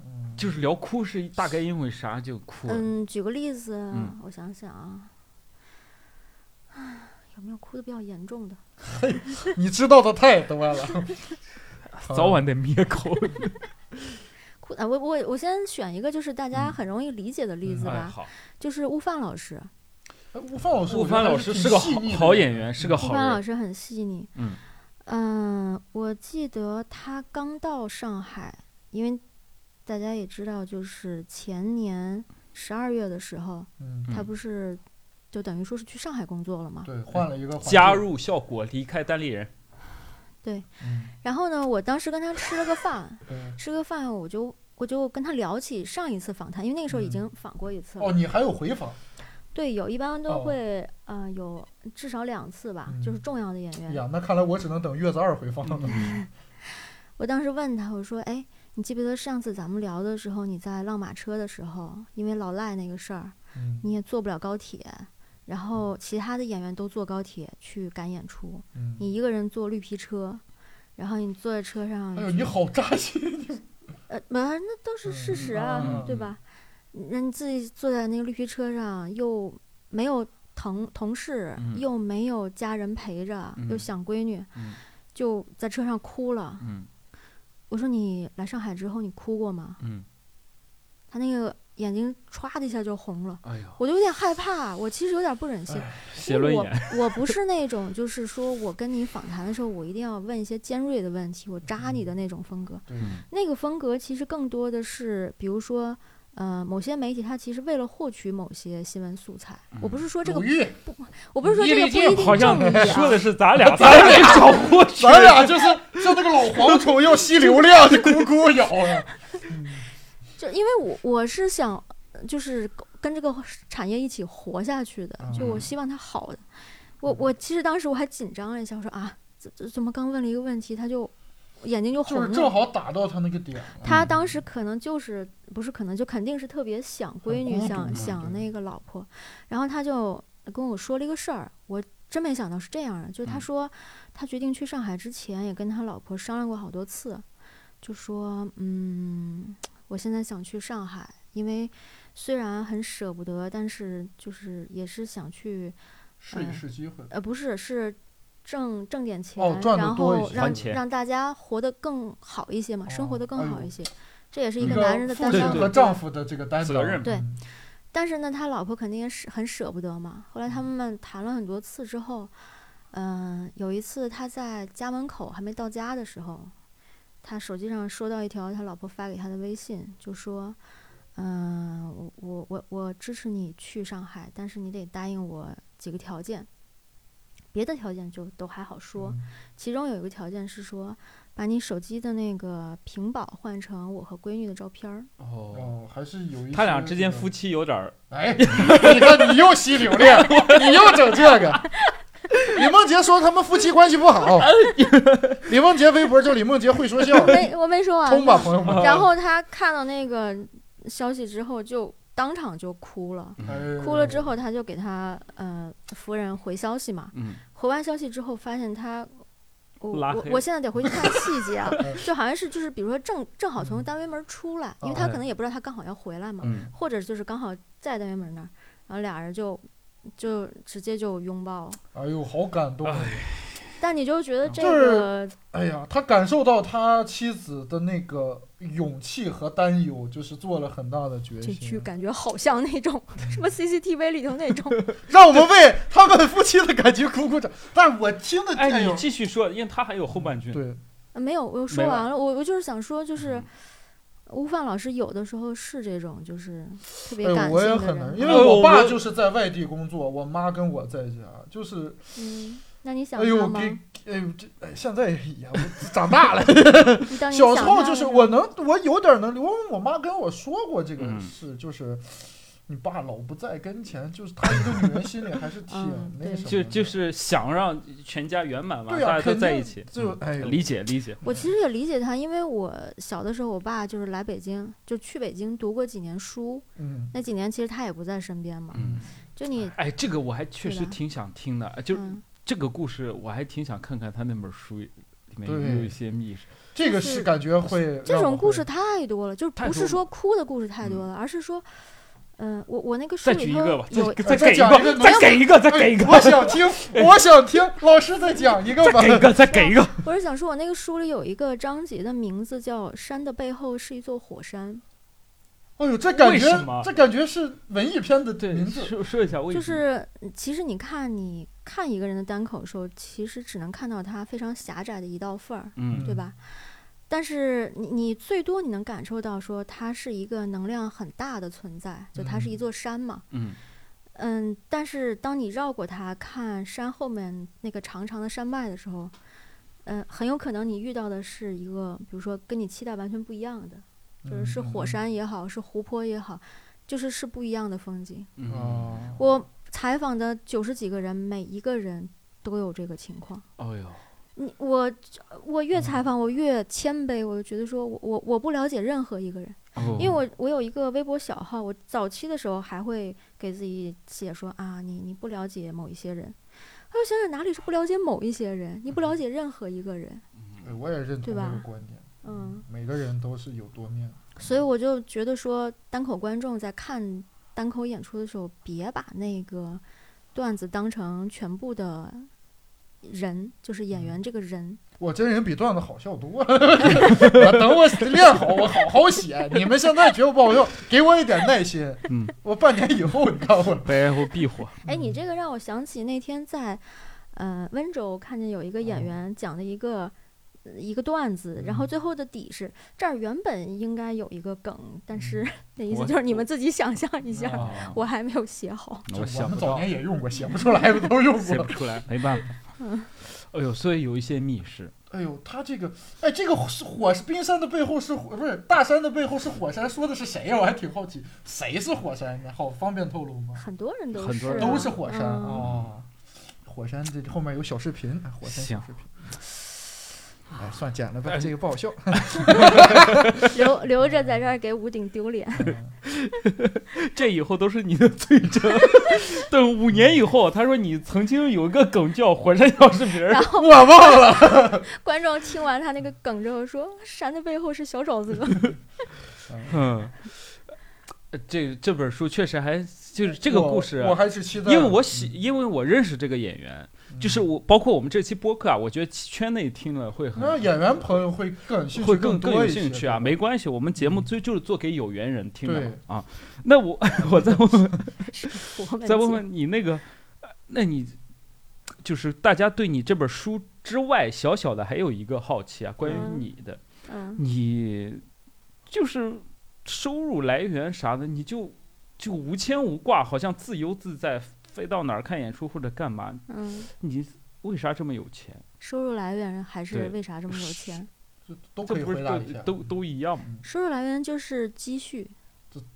嗯，就是聊哭是大概因为啥就哭了？嗯，举个例子，嗯我想想啊，唉有没有哭的比较严重的？你知道的太多了， (laughs) 嗯早晚得灭 (laughs) 口。哎哭啊，我我我先选一个就是大家嗯很容易理解的例子哎，吧，好，就是悟饭老师，哎悟饭老师，悟饭老师是个好好演员，是个顾好盼老人。师很细腻。嗯嗯我记得他刚到上海，因为大家也知道，就是前年十二月的时候，嗯，他嗯不是就等于说是去上海工作了嘛。对，换了一个环境加，入效果，离开单立人。嗯，然后呢，我当时跟他吃了个饭，对。吃个饭我就。我就跟他聊起上一次访谈，因为那个时候已经访过一次了。哦，你还有回访，对，有一般都哦会，嗯、呃，有至少两次吧，就是嗯重要的演员。呀，那看来我只能等月子二回放嗯了。我当时问他，我说：“哎，你记不记得上次咱们聊的时候，你在浪马车的时候，因为老赖那个事儿，嗯你也坐不了高铁，然后其他的演员都坐高铁去赶演出，嗯，你一个人坐绿皮车，然后你坐在车上哎呦，去你好扎心，呃，没有，那都是事实啊，嗯对嗯吧？那你自己坐在那个绿皮车上，又没有同同事，嗯又没有家人陪着，又嗯想闺女，嗯就在车上哭了。嗯我说你来上海之后你哭过吗？嗯，他那个眼睛歘的一下就红了，哎呦，我就有点害怕，我其实有点不忍心。哎写轮眼。我我不是那种就是说我跟你访谈的时候，我一定要问一些尖锐的问题，我扎你的那种风格。对嗯那个风格其实更多的是，比如说。呃，某些媒体它其实为了获取某些新闻素材，嗯我不是说这个鲁，豫，我不是说这叶个利不一剑定好像正义啊， (laughs) 说的是咱 (laughs) 俩，咱俩找过去。咱俩就是像那个老蝗虫要吸流量，就咕咕咬啊。就因为我我是想，呃就是跟这个产业一起活下去的，就我嗯希望它好的。我我其实当时我还紧张了一下，我说啊，怎怎怎么刚问了一个问题，他就眼睛就就红是了。正好打到他那个点了。他当时可能就是不是可能就肯定是特别想闺女，孤独想嘛想对那个老婆，然后他就跟我说了一个事儿，我真没想到是这样的，就是他嗯说他决定去上海之前也跟他老婆商量过好多次，就说嗯，我现在想去上海，因为虽然很舍不得，但是就是也是想去，试一试机会，呃，不是是。挣挣点钱，嗯哦赚得然多一后些让还钱让大家活得更好一些嘛，生活哦得哎更好呦一些，这也是一一个个男人的父担对亲当对和丈夫的这个担当责任对嗯但是呢，他老婆肯定也是很舍不得嘛。后来他们谈了很多次之后，嗯、有一次他在家门口还没到家的时候，他手机上收到一条他老婆发给他的微信，就说：“嗯、我我我我支持你去上海，但是你得答应我几个条件，别的条件就都还好说，其中有一个条件是说，把你手机的那个屏保换成我和闺女的照片儿。”哦，哦，还是有一些他俩之间这个夫妻有点儿哎，你看你又吸流 (laughs) 量，你又整这个。李梦洁说他们夫妻关系不 (laughs) 好。李梦洁微博叫李梦洁会说笑，没，我没说完。冲吧朋友 (laughs) 嗯们。然后他看到那个消息之后，就当场就哭了。哎哭了之，后，他就给他呃夫人回消息嘛。嗯回完消息之后，发现他我拉我黑我现在得回去看细节 (laughs) 啊嗯，就好像是就是比如说正正好从单位门出来，因为他嗯哦可能也不知道他刚好要回来嘛，嗯，或者就是刚好在单元门那儿，然后俩人就就直接就拥抱了。哎呦，好感动！哎，但你就觉嗯得这就是个，哎呀，他感受到他妻子的那个勇气和担忧，就是做了很大的决这剧嗯心。啊感觉好像那种什么 CCTV 里头那种，让我们为他们夫妻的感情鼓鼓掌。但我听的，哎哎，你呦，继续说，因为他还有后半句。对，呃没有，我说没了完了，我我就是想说，就是嗯吴范老师有的时候是这种，就是特别哎，感我也性的很难，因人。为哎我我爸我就是在外地工作，我妈跟我在家，就是，嗯，那你想哎呦，他我吗给？，哎呦，这，哎，现在也一样，我长大了，你 (laughs) 当你小想时候他就的是时候我能，我有点能理，我我妈跟我说过这个嗯事，就是你爸老不在跟前，就是她一个女人心里还是挺嗯那对什么的，就就是想让全家圆满嘛，对大呀，家都肯在一定起，就哎呦，理解理解。我其实也理解他，因为我小的时候，我爸就是来北京，就去北京读过几年书，嗯，那几年其实他也不在身边嘛。嗯，就你，哎，这个我还确实对吧挺想听的，呃就是嗯，这个故事我还挺想看看他那本书里面有对没有一些密室。这就个是是感觉会这让我种故会事太多了，就是太不多是说哭的故事太多了，而是说，嗯，我我那个书再里举一头个吧，有再再再给一讲一个，个再给一个，再给一个， (laughs) 哎我想听，我想听，老师再讲一个吧再。给一个，再给一个。我是想说，我那个书里有一个章节的名字叫《山的背后是一座火山哎呦，这感为什觉么这感觉是文艺片的对名，字。说说一下为》，什就么？是嗯其实你看，你看一个人的单口的时候，其实只能看到他非常狭窄的一道缝儿，嗯对吧？但是你你最多你能感受到说它是一个能量很大的存在，就它是一嗯座山嘛。嗯嗯，但是当你绕过它看山后面那个长长的山脉的时候，嗯，很有可能你遇到的是一个，比如说跟你期待完全不一样的，就是嗯是火山也好，是湖泊也好，就是是不一样的风景。嗯嗯，啊，我采访的九十几个人，每一个人都有这个情况。哦呦，你我我越采访，我越谦卑，我就觉得说我我我不了解任何一个人，哦因为我我有一个微博小号，我早期的时候还会给自己写说啊，你你不了解某一些人，后来想想哪里是不了解某一些人，你不了解任何一个人，哦哎我也认同这对吧个观点。嗯，每个人都是有多面。所以我就觉得说，单口观众在看单口演出的时候，别把那个段子当成全部的人，就是演嗯员这个人，我真人比段子好笑多了。 (laughs) 我等我练好，我好好写。 (laughs) 你们现在觉得不好笑，给我一点耐心。嗯，我半年以后你看我。白爱或壁虎，哎，你这个让我想起那天在，呃，温州看见有一个嗯演员讲的一个、呃一个段子，然后最后的底是这儿原本应该有一个梗，但是那意思嗯我哦就是你们自己想象一下，啊我还没有写好。就我我想们不早到，年也用过，写不出来的都用写过不。出来，没办法。嗯哎呦，所以有一些密室，哎呦，他这个，哎，这个是火是冰山的背后是火，不是大山的背后是火山，说的是谁呀、我还挺好奇，谁是火山？你好，方便透露吗？很多人都很是多啊、人都是火山啊、嗯哦火山这后面有小视频，啊火山小行视频。哎，算剪了吧，这个不好 (laughs) 笑。留留着在这儿给屋顶丢脸。嗯这以后都是你的罪证。 (laughs) 等五年以后，他说你曾经有一个梗叫“火山小视频”，然后我忘了。观众听完他那个梗之后说：“山的背后是小沼泽。嗯，呃这这本书确实还就是这个故事啊，我我嗯还是期待，嗯因为我喜，因为我认识这个演员，就是我包括我们这期播客啊，我觉得圈内听了会那很演员朋友会更兴趣会更多有一些嗯兴趣啊，没关系，我们节目最就是做给有缘人听的嘛对啊。那我 (laughs) 我再问问，”我们再问问你那个，呃那你就是大家对你这本书之外，小小的还有一个好奇啊，关于嗯你的，嗯。你就是收入来源啥的，你就就无牵无挂，好像自由自在，飞到哪儿看演出或者干嘛，嗯你为啥这么有钱？收入来源还是对为啥这么有钱？就都这可以不回是答一下。嗯都都都一样吗？收入来源就是积蓄，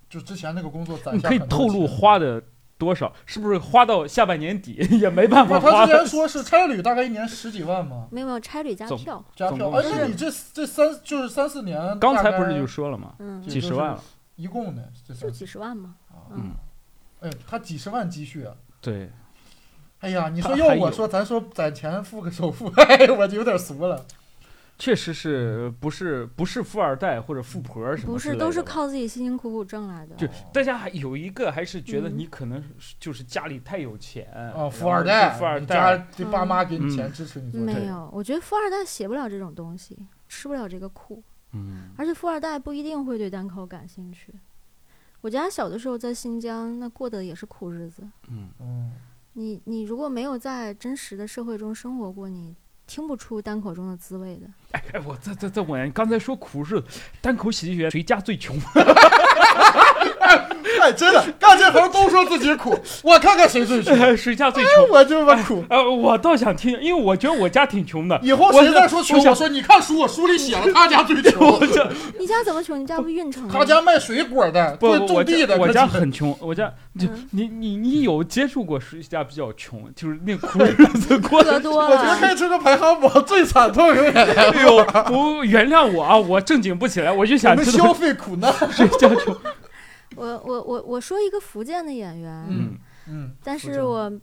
就之前那个工作攒你下可以很多透露钱花的多少？是不是花到下半年底 (laughs) 也没办不法是花他之了前？说是差旅大概一年十几万吗？没有没有差旅加总票，加总票，共而是且你这这三就是三四年大概，刚才不是就说了吗？嗯，就几十万了，一共呢？这就三几十万嘛。啊嗯嗯，哎，他几十万积蓄啊！对，哎呀，你说还要还我有说，咱说攒钱付个首付， (laughs) 哎，我就有点俗了。确实是不是不是富二代或者富婆儿什么不之是类都是的吧靠自己辛辛苦苦挣来的。就大家还有一个还是觉得嗯你可能是就是家里太有钱啊，富然后二代，哎是富二你代，嗯家这爸妈给你钱支持你做嗯这没个，有，我觉得富二代写不了这种东西，吃不了这个苦，嗯，而且富二代不一定会对单口感兴趣。我家小的时候在新疆，那过的也是苦日子。嗯，你你如果没有在真实的社会中生活过，你听不出单口中的滋味的。哎，我这这这我呀，你刚才说苦是单口喜剧演员谁家 (laughs) 最穷？哎，真的 (laughs) 干这行都说自己苦，我看看谁最穷， (laughs) 谁家最穷？我就把苦。呃，我倒想听，因为我觉得我家挺穷的。 (laughs) 以后谁再说我穷，想我说你看书，我书里写了他家最穷，你家怎么穷？你家不运城的吗？他家卖水果的，不，会不我种地家的，我可家几很穷，我家就嗯你你你有接触过谁家比较穷？就是那苦日子过可得。多我觉得了。开车的排行榜最惨痛永远来哎呦，不原谅我啊，我正经不起来，我就我想们知消道费苦 (laughs) 难。谁家穷。我我我我说一个福建的演员，嗯，嗯，但福是建我嗯，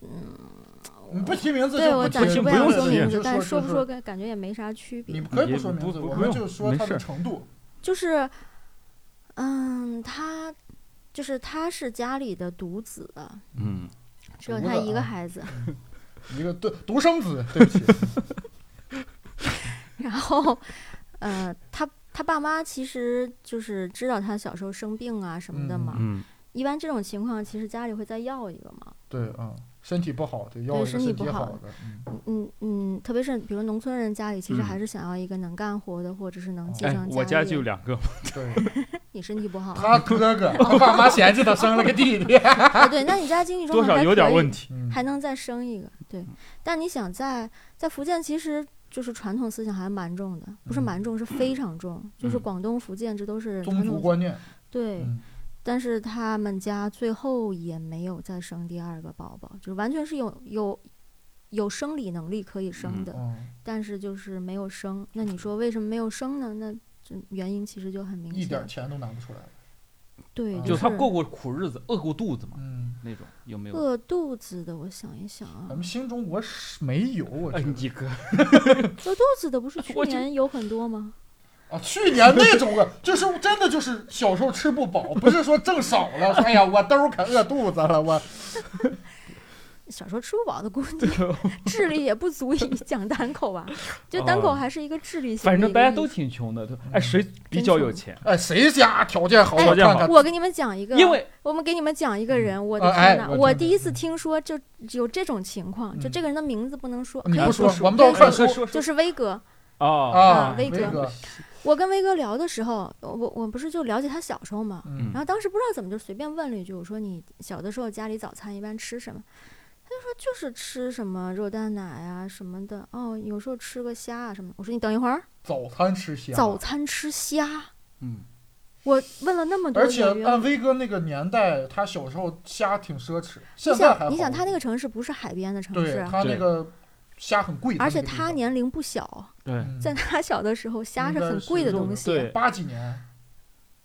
你不提名字对就我提暂不时行不不要用说提名就字，但说说不就说感感觉也没啥区你别。可以也不说不名字，不我不们用就说没他的事程度。就是，嗯，他就是他是家里的独子，嗯，只有独他子一啊个孩子， (laughs) 一个对独生子，对不起，然后，呃，他他爸妈其实就是知道他小时候生病啊什么的嘛。嗯，一般这种情况，其实家里会再要一个嘛。对啊，身体不好的要对一个身体身体不好的，嗯嗯嗯，特别是比如农村人家里，其实嗯还是想要一个能干活的，或者是能继哎承，我家业。就两个， (laughs) 对，你身体不 (laughs) 好啊，他哥 (laughs) 哥，他爸妈嫌弃他生了个弟弟，啊对，那你家经济状多况少还有点可以问题。嗯嗯还能再生一个，对。但你想在在福建，其实就是传统思想还蛮重的，不是嗯蛮重，是非常重。就是嗯广东、福建这都是宗传族统观念，对。嗯但是他们家最后也没有再生第二个宝宝，就是完全是有有有生理能力可以生嗯的，嗯，但是就是没有生。那你说为什么没有生呢？那这原因其实就很明一点显，钱都拿不出来，对，啊就是嗯他过过苦日子，饿过肚子嘛，嗯，那种有没有？饿肚子的。我想一想啊咱，们新中国是没有，我哎，觉得你哥，饿肚子的不是去 (laughs) 我就年有很多吗？啊，去年那种啊，就是真的就是小时候吃不饱，不是说挣少了，说哎呀我兜儿可饿肚子了，我小时候吃不饱的 (laughs) 姑哦娘，智力也不足以讲单口吧？就单啊口哦还是一个智力型的反一个艺术。正大家都挺穷的，都哎，谁比较有钱？哎谁家条件好，哎我条件看好看，我给你们讲一个，因为我们给你们讲一个人，我啊的哎天呐，我我听第听一次听说就有这种情况，就嗯这个人的名字不能说，你可不以说，我可们到以时候啊说看说就是威哥。哦，啊，威哥哥，我跟威哥聊的时候，我我不是就了解他小时候嘛，嗯然后当时不知道怎么就随便问了一句，我说你小的时候家里早餐一般吃什么？他就说就是吃什么肉蛋奶啊什么的，哦，有时候吃个虾啊什么的。我说你等一会儿，早餐吃香，早餐吃虾。嗯，我问了那么多而且呃演员，按威哥那个年代，他小时候虾挺奢侈，你现在想，还好。你想他那个城市不是海边的城市对啊，他那个虾很贵，而且他他年龄不小，对，在他小的时候，虾嗯应是该很是贵的肉东的西，对八几年、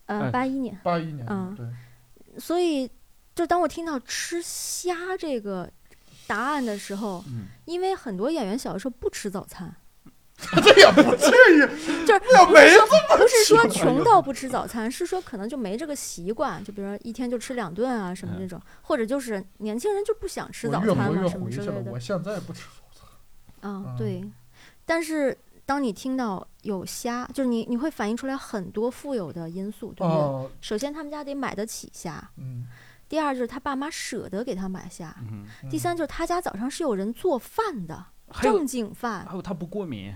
呃，哎八一年，八一年，嗯对， (laughs) 所以就当我听到吃虾这个答案的时候，嗯，因为很多演员小的时候不吃早餐，这也不至于，就是也没这不是说奇怪穷到不吃早餐，是说可能就没这个习惯，就比如说一天就吃两顿啊什么这种，或者就是年轻人就不想吃么。早我越餐活嘛越什么回去之了类，的我现在不吃早餐。啊嗯，对。但是当你听到有虾，就是你你会反映出来很多富有的因素，对不对？哦，首先他们家得买得起虾，嗯，第二就是他爸妈舍得给他买虾，嗯，嗯第，三就是他家早上是有人做饭的，还有正经饭。还有他不过敏，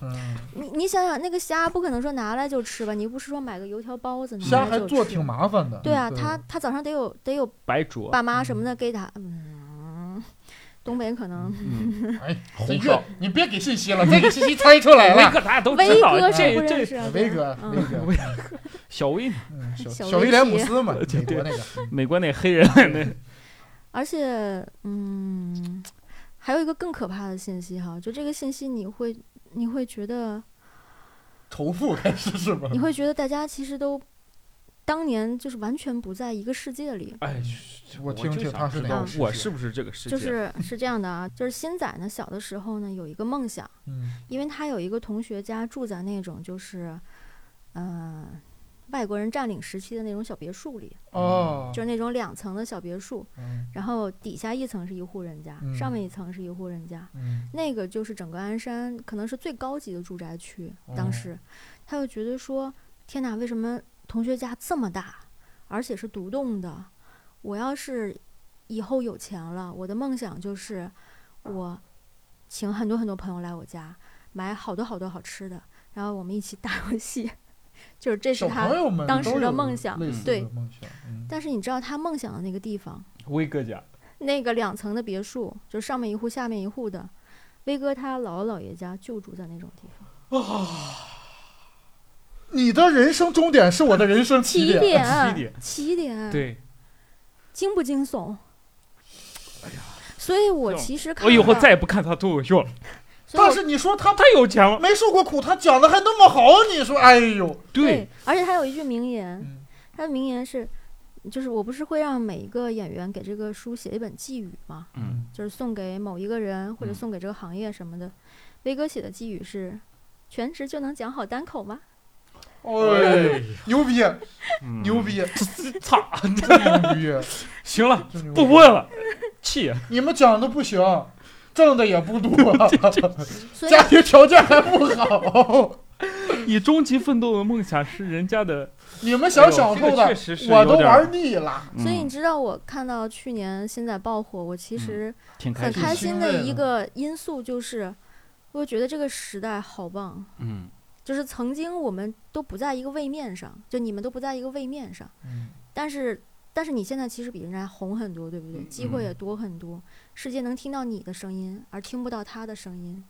嗯，你你想想，那个虾不可能说拿来就吃吧？你不是说买个油条包子拿虾来还就做吃挺麻烦的。对啊，他他早上得有得有白灼，爸妈什么的给他，嗯，东北可能 (laughs) 嗯，哎， (laughs) 红这烧越，你别给信息了，这个信息猜出来哎威 (laughs) 了。哥大家都威嗯知道哥，谁这不认这识啊？威对哥，威嗯哥，威小威，嗯，小小小威威廉奇姆斯 (laughs) 嘛，对美国那个，美国那黑人那而且，嗯，还有一个更可怕的信息哈，就这个信息你会你会觉得仇富开始是吧？你会觉得大家其实都当年就是完全不在一个世界里。哎，我听就听他想是知哪道个世我界是不是这个世界？ (laughs) 就是是这样的啊，就是新仔呢，小的时候呢有一个梦想，嗯因为他有一个同学家住在那种就是，嗯、外国人占领时期的那种小别墅里，哦，就是那种两层的小别墅，嗯然后底下一层是一户人家，嗯上面一层是一户人家，嗯那个就是整个鞍山可能是最高级的住宅区哦。当时，他就觉得说：“天哪，为什么同学家这么大，而且是独栋的？我要是以后有钱了，我的梦想就是我请很多很多朋友来我家，买好多好多好吃的，然后我们一起打游戏。” (laughs) 就是这是小他朋，友们当时都的有梦想类似对的梦想，嗯但是你知道他梦想的那个地方，威哥家，那个两层的别墅，就上面一户下面一户的，威哥他姥姥姥爷家就住在那种地方。你的人生终点是我的人生起 (laughs) 点，起啊点点，起点，，啊对惊不惊悚？哎所以我其实看我以后到再，也不看他脱口秀了，所以我但是你说他太有钱了。没受过苦，他讲的还那么好，你说，哎呦，对，而且他有一句名言，嗯他的名言是，就是我不是会让每一个演员给这个书写一本寄语吗？嗯，就是送给某一个人或者嗯送给这个行业什么的。威哥写的寄语是：全职就能讲好单口吗？哎，牛逼，嗯牛，逼，操！真牛逼，行了，真牛逼不问了，气。你们讲的不行，挣的也不 (laughs) 多，所以家庭条件还不好，你终极奋斗的梦想是人家的，你们想想哎透呦这个的确实，是我有都点玩腻了。所以你嗯知道，我看到去年新仔爆火，我其实挺很开心开的。心欣慰的了一个因素就是，我觉得这个时代好棒，嗯，就是曾经我们都不在一个位面上，就你们都不在一个位面上，嗯但是但是你现在其实比人家红很多，对不嗯对？机会也多很多，世界能听到你的声音，而听不到他的声 (laughs) 音。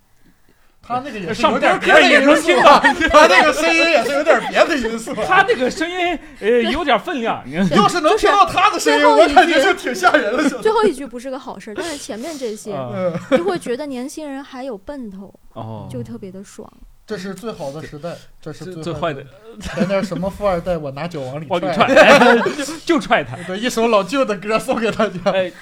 他那个也是上有点别边看的也因能素听啊， (laughs) 他那个声音也是有点别的因素啊。 (laughs) 他那个声音，呃，有点分量。你看要是能听到他的声音，就是我感觉就挺吓人了。 (laughs) 现在最后一句不是个好事儿，但是前面这些啊嗯，就会觉得年轻人还有奔头，哦，就特别的爽。这是最好的时代， (laughs) 这是最最最坏的，，前点什么富二代，我拿脚往里我给踹踹， (laughs) 哎 (laughs) 就就踹他。对，一首老旧的歌送给大 (laughs) 家。哎，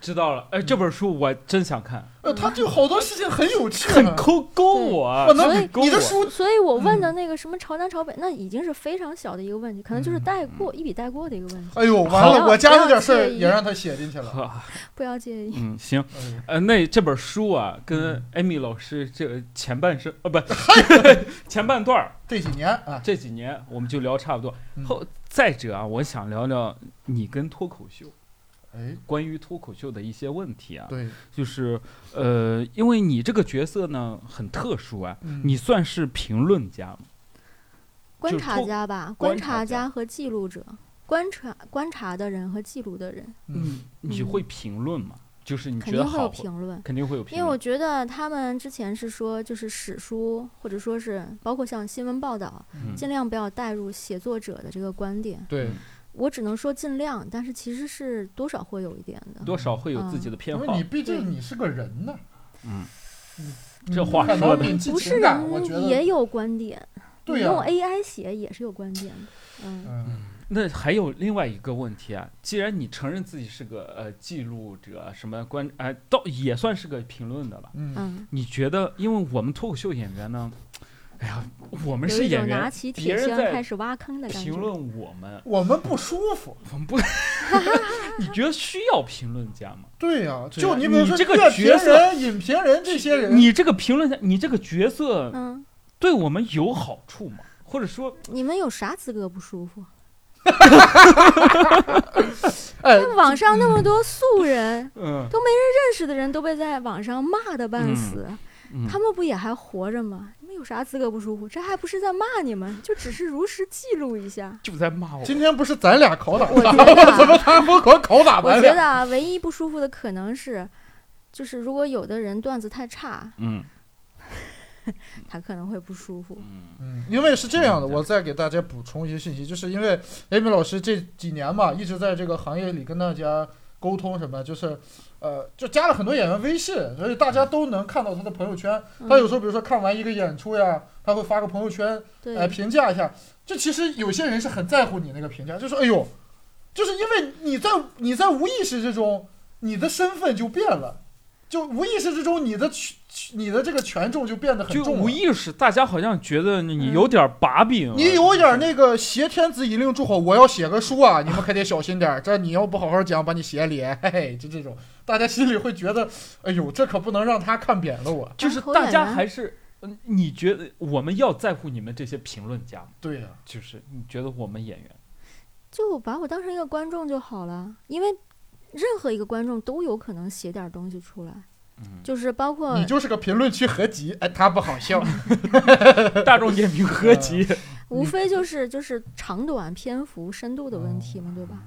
知道了。哎，这本书我真想看，呃，他就好多事情很有趣啊，很抠勾我啊我，所以能勾你的我书所以我问嗯的那个什么朝南朝北，那已经是非常小的一个问题，可能嗯就是带过一笔带过的一个问题，哎呦，完了，好我家有点事不要儿介意也让他写进去了。呵不要介意。嗯，行，哎呦呃，那这本书啊，跟嗯艾米老师这前半生 (laughs) 呃不前半段儿这几年啊，这几年我们就聊差不多。嗯后再者啊，我想聊聊你跟脱口秀哎，关于脱口秀的一些问题啊，对，就是呃，因为你这个角色呢很特殊啊，嗯你算是评论家吗？观就是察透家吧，观观察察家家和记录者，观察观察的人和记录的人，嗯，你会评论吗？就是你肯觉得定会有好，评论。肯定会有评因为我论。觉得他们之前是说，就是史书或者说是包括像新闻报道，嗯尽量不要带入写作者的这个观点。对，我只能说尽量，但是其实是多少会有一点的。多少会有自己的偏因为好你，毕竟你是个人呢，嗯，你这话很说能的敏记不是情感，我觉人也得，有观点，你对呀啊用 AI 写也是有观点的。嗯，嗯，那还有另外一个问题啊，既然你承认自己是个呃记录者，什么观哎，到也算是个评论的了，嗯，嗯，你觉得？因为我们脱口秀演员呢，哎呀，我们有是一演种拿员，起别铁人锨在开始挖坑的感评觉。论我们，我们不舒服。我们不， (laughs) 你觉得需要评论家吗？对呀，对就呀你比如你说这个乐评角色人、影评人这些人，你这个评论家，你这个角色嗯，对我们有好处吗？或者说，你们有啥资格不舒 (laughs) 服？哎，那网上那么多素人，嗯，认识的人都被在网上骂的半死，嗯。他们不也还活着吗？你们有啥资格不舒服？这还不是在骂你们，就只是如实记录一下 (laughs) 就在骂我。今天不是咱俩拷打我觉他，得怎么 (laughs) 啊，他不狂拷打我咱觉俩？得啊，唯一不舒服的可能是，就是如果有的人段子太差，嗯他可能会不舒服。嗯嗯，因为是这样的，我再给大家补充一些信息，就是因为 Amy 老师这几年嘛，一直在这个行业里跟大家沟通什么，就是呃，就加了很多演员微信，所以大家都能看到他的朋友圈。嗯他有时候比如说看完一个演出呀，他会发个朋友圈对来评价一下。就其实有些人是很在乎你那个评价，就说哎呦，就是因为你在你在无意识之中，你的身份就变了，就无意识之中你的权你的这个权重就变得很就重啊了，无意识，大家好像觉得你嗯有点把柄啊，你有点那个挟天子以令诸侯，我要写个书啊，你 (laughs) 们可得小心点儿。这你要不好好讲，把你写脸，嘿嘿，就这种，大家心里会觉得，哎呦，这可不能让他看扁了我。就是大啊家还是，嗯你觉得我们要在乎你们这些评论家吗？对呀、就是你觉得我们演员， (laughs) 就把我当成一个观众就好了，因为任何一个观众都有可能写点儿东西出来，嗯，就是包括你就是个评论区合集，哎，他不好笑。嗯大众点评合集，嗯嗯无非就是就是长短、篇幅、深度的问题嘛，对哦吧？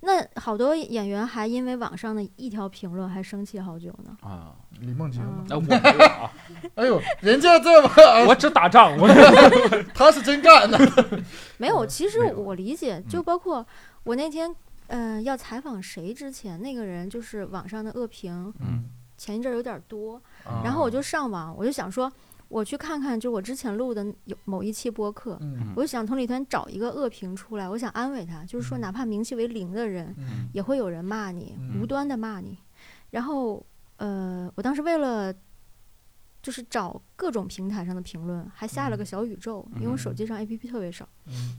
那好多演员还因为网上的一条评论还生气好久呢。啊， (laughs) 李梦洁吗？嗯 (laughs) 那我没有啊，哎呦，人家这么，我只打仗，我 (laughs) 他是真干的。嗯没有，其实哦没有嗯我理解，就包括我那天，嗯，要采访谁之前，那个人就是网上的恶评，嗯前一阵儿有点儿多，啊然后我就上网，我就想说，我去看看，就我之前录的有某一期播客，嗯我就想从里头找一个恶评出来，我想安慰他，就是说，嗯哪怕名气为零的人，嗯也会有人骂你，嗯无端的骂你。然后，呃，我当时为了就是找各种平台上的评论，还下了个小宇宙，因为我手机上 APP 特别少。嗯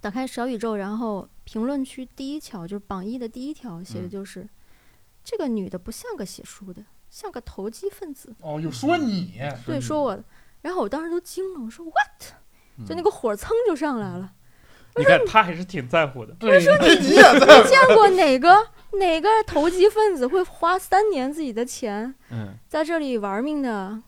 打开小宇宙，然后评论区第一条就是榜一的第一条，写的就是、这个女的不像个写书的，像个投机分子。哦，有说你，对，说我的，然后我当时都惊了，我说 what？就嗯那个，个火蹭就上来了。你看他还是挺在乎的，对，你也在。见过哪个哪个投机分子会花三年自己的钱嗯，在这里玩命的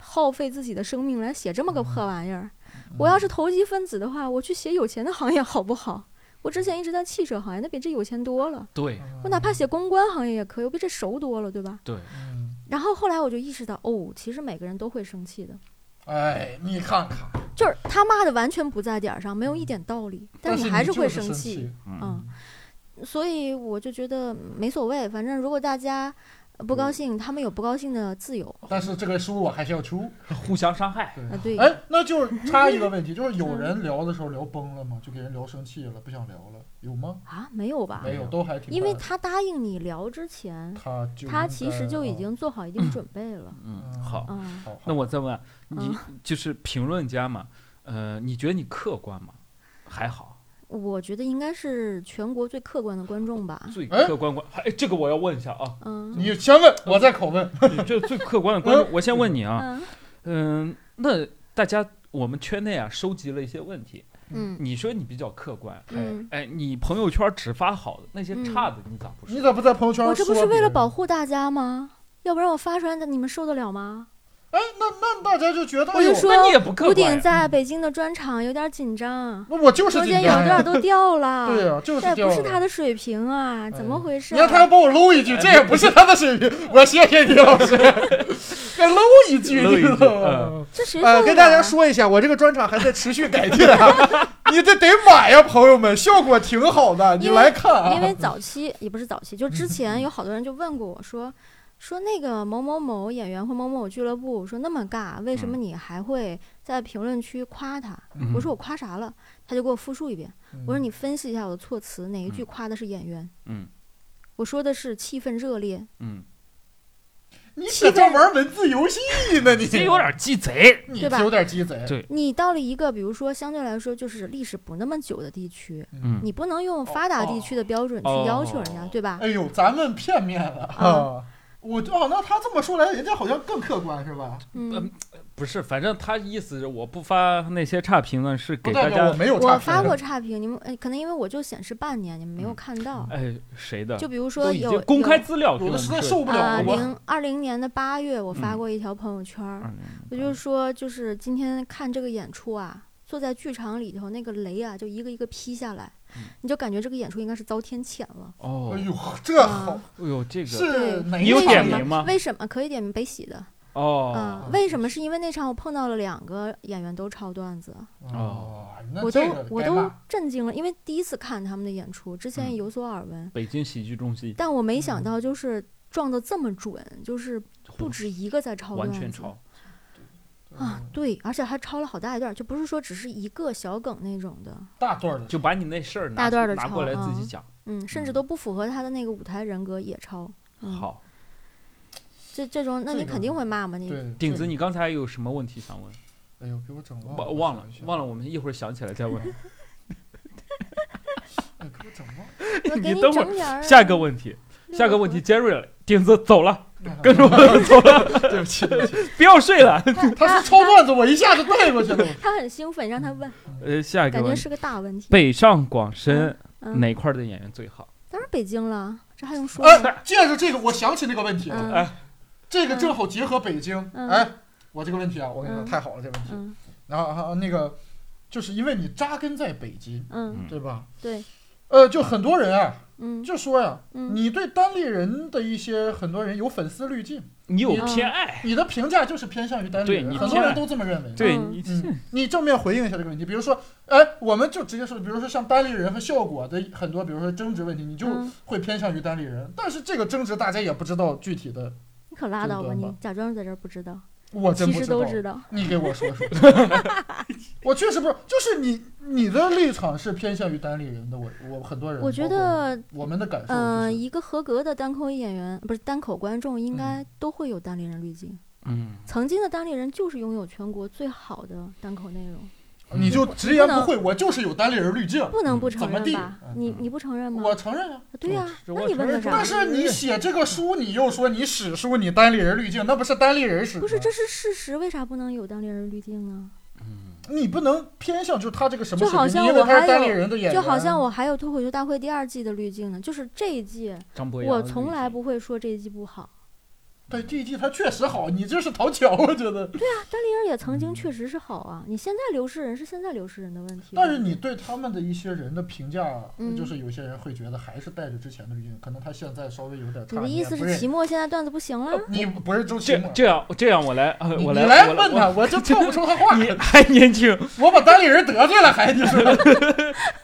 耗费自己的生命来写这么嗯个破玩意儿？我要是投机分子的话，我去写有钱的行业好不好？我之前一直在汽车行业，那比这有钱多了。对 (laughs) 我哪怕写公关行业也可以，我比这熟多了，对吧？对，嗯，然后后来我就意识到，哦，其实每个人都会生气的，哎，你看看，就是他骂的完全不在点儿上，没有一点道理，但嗯是还是会生生气，气。嗯。所以我就觉得没所谓，反正如果大家呃不高兴，他们有不高兴的自由。但是这个书我还是要出。互相伤害，啊，对，哎，那就是插一个问题，就是有人聊的时候聊崩了吗？就给人聊生气了，不想聊了，有吗？啊，没有吧？没有，都还挺淡。因为他答应你聊之前，他就他应其实该就已哦经做好一定准备了。嗯，嗯好，嗯，好。那好我再问啊你，就是评论家嘛，呃，你觉得你客观吗？还好，我觉得应该是全国最客观的观众吧。最哎客观观，哎，这个我要问一下啊，嗯你先问，我再口问。你这最客观的观众，我先问你啊，嗯嗯，那大家我们圈内啊收集了一些问题，嗯你说你比较客观，嗯，哎，你朋友圈只发好的，那些嗯差的你咋不你说？咋不在朋友圈？我这不是为了保？护大家吗？要不然我发出来的你们受得了吗？哎，那那大家就觉得，我哎呦就，说那你也不客屋顶观呀，在北京的专场有点紧张，那我嗯就是中紧间张有呀段。都掉了，对呀，就是这也掉不了哎是他的水平啊，怎么回事你让他啊？帮我搂一句，这也哎不是他的水平。我谢谢你老 (laughs) 师，给搂一句，搂一你知句道吗？这谁受呃，得跟大了家啊说一下，我这个专场还在持续改进啊， (laughs) 你这得买呀，朋友们，效果挺好的，你因为来看啊。因为早期也不是早期，就嗯之前有好多人就问过我说，说那个某某某演员或某某俱乐部说那么尬，为什么你还会在评论区夸他？嗯我说我夸啥了？他就给我复述一遍。我说嗯你分析一下我的措辞，哪一句嗯夸的是演员？嗯我说的是气氛热烈，嗯，你在这玩文字游戏呢，你这有，点鸡贼，你对吧有点鸡贼。对你到了一个比如说相对来说就是历史不那么久的地区，嗯你不能用发达地区的标准去哦要求人家，对吧？嗯哎呦，咱们片面了啊！我哦，那他这么说来，人家好像更客观是吧？嗯，不是，反正他意思是我不发那些差评呢，是不给代大表我家，没有差我评发过差评，你们呃可能因为我就显示半年，你们没有看到。哎，谁的？就比如都说已有经公开有资料，有的实在受不了啊，了，我零二零年的八月，我发嗯过一条朋友圈儿，嗯我就说，就是今天看这个演出啊，坐在剧场里头，那个雷啊，就一个一个劈下来，嗯你就感觉这个演出应该是遭天谴了。哦哎，呦，这好啊，哎呦，这个是哪一你有场点演名吗？为什么可以点名北喜的？嗯哦，，为什么？是因为那场我碰到了两个演员都抄段子，哦，那啊我这都个我该都骂震惊了，因为第一次看他们的演出，之前嗯有所耳闻，北京喜剧中心但我没想到就是撞得这么准，就是不止一个在抄段完子，全抄，啊嗯，对，而且还抄了好大一段，就不是说只是一个小梗那种的，大段儿的，就把你那事儿拿大段儿的拿抄过来自己嗯讲。嗯，甚至嗯都不符合他的那个舞台人格也抄，嗯，好，这这种，那这你个肯定会骂嘛，你对，顶子，这你刚才有什么问题想问？哎呦，给我整忘了，忘忘了我想一下忘了，，我们一会儿想起来再 (laughs) 问。哎，给我整忘了我给你等会儿整点儿下一个问题，六下个合问题，Jerry，顶子走了，那 (laughs) 跟着我走了， (laughs) 对不起，对不起，不要睡 (laughs) 了。 (laughs) 他是抄段子，我一下就带过去了。 (laughs) 他很兴奋，让他问，呃，下一个感觉问题，是个大 (laughs) 问题。北上广深嗯，哪块儿的演员最好？当然北京了，这还用说吗？哎，借着这个，我想起那个问题，嗯哎这个正好结合北京。嗯哎，我这个问题啊，我跟你说嗯太好了，这问题。嗯然后，然后那个，就是因为你扎根在北京，嗯对吧？对，呃，就很多人啊，嗯就说呀、嗯你对单立人的一些很多人有粉丝滤镜，你有嗯偏爱，你的评价就是偏向于单立哎对你人，很多偏爱人都这么认为。对嗯你嗯，你正面回应一下这个问题，比如说，哎，我们就直接说，比如说像单立人和效果的很多，比如说争执问题，你就嗯会偏向于单立人。但是这个争执大家也不知道具体的，你可拉这倒吧，段吧你假装在这儿不知道，我真其不实知道都。知道。你给我说 (laughs) 说，我确实不是，就是你你的立场是偏向于单立人的，我我很多人，我觉包括得，我们的感受、就是，嗯嗯，一个合格的单口演员不是单口观众，应该都会有单立人滤镜。嗯，曾经的单立人就是拥有全国最好的单口内嗯容，嗯你就直言不讳，我就是有单立人滤镜，不能不承怎么认地吧嗯？你你不承认吗？我承认啊。对呀，这那我你问承个认啥但？是你写这个书，你又说你史书你单立人滤镜，那不是单立人史吗？不是，这是事实，为啥不能有单立人滤镜呢？嗯你不能偏向就是他这个什么就水平，好像因为我他是还单立有人的演员，就好像我还有《脱口秀大会》第二季的滤镜呢，就是这一季， (laughs) 张博洋，我从来不会说这一季不好。对这一季他确实好，你这是讨巧，我觉得。单立人也曾嗯经确实是好啊，你现在流失人是现在流失人的问题。但是你对他们的一些人的评价，嗯就是有些人会觉得还是带着之前的滤镜，可能他现在稍微有点你差。的你意也思是不认呃齐墨现在段子不行了？你不是周这奇墨？这样这样，我来，呃你我你来，我问他，我就跳不 (laughs) 出他话 (laughs) 我。你还年轻，我把单立人得罪了，还 (laughs) 你说？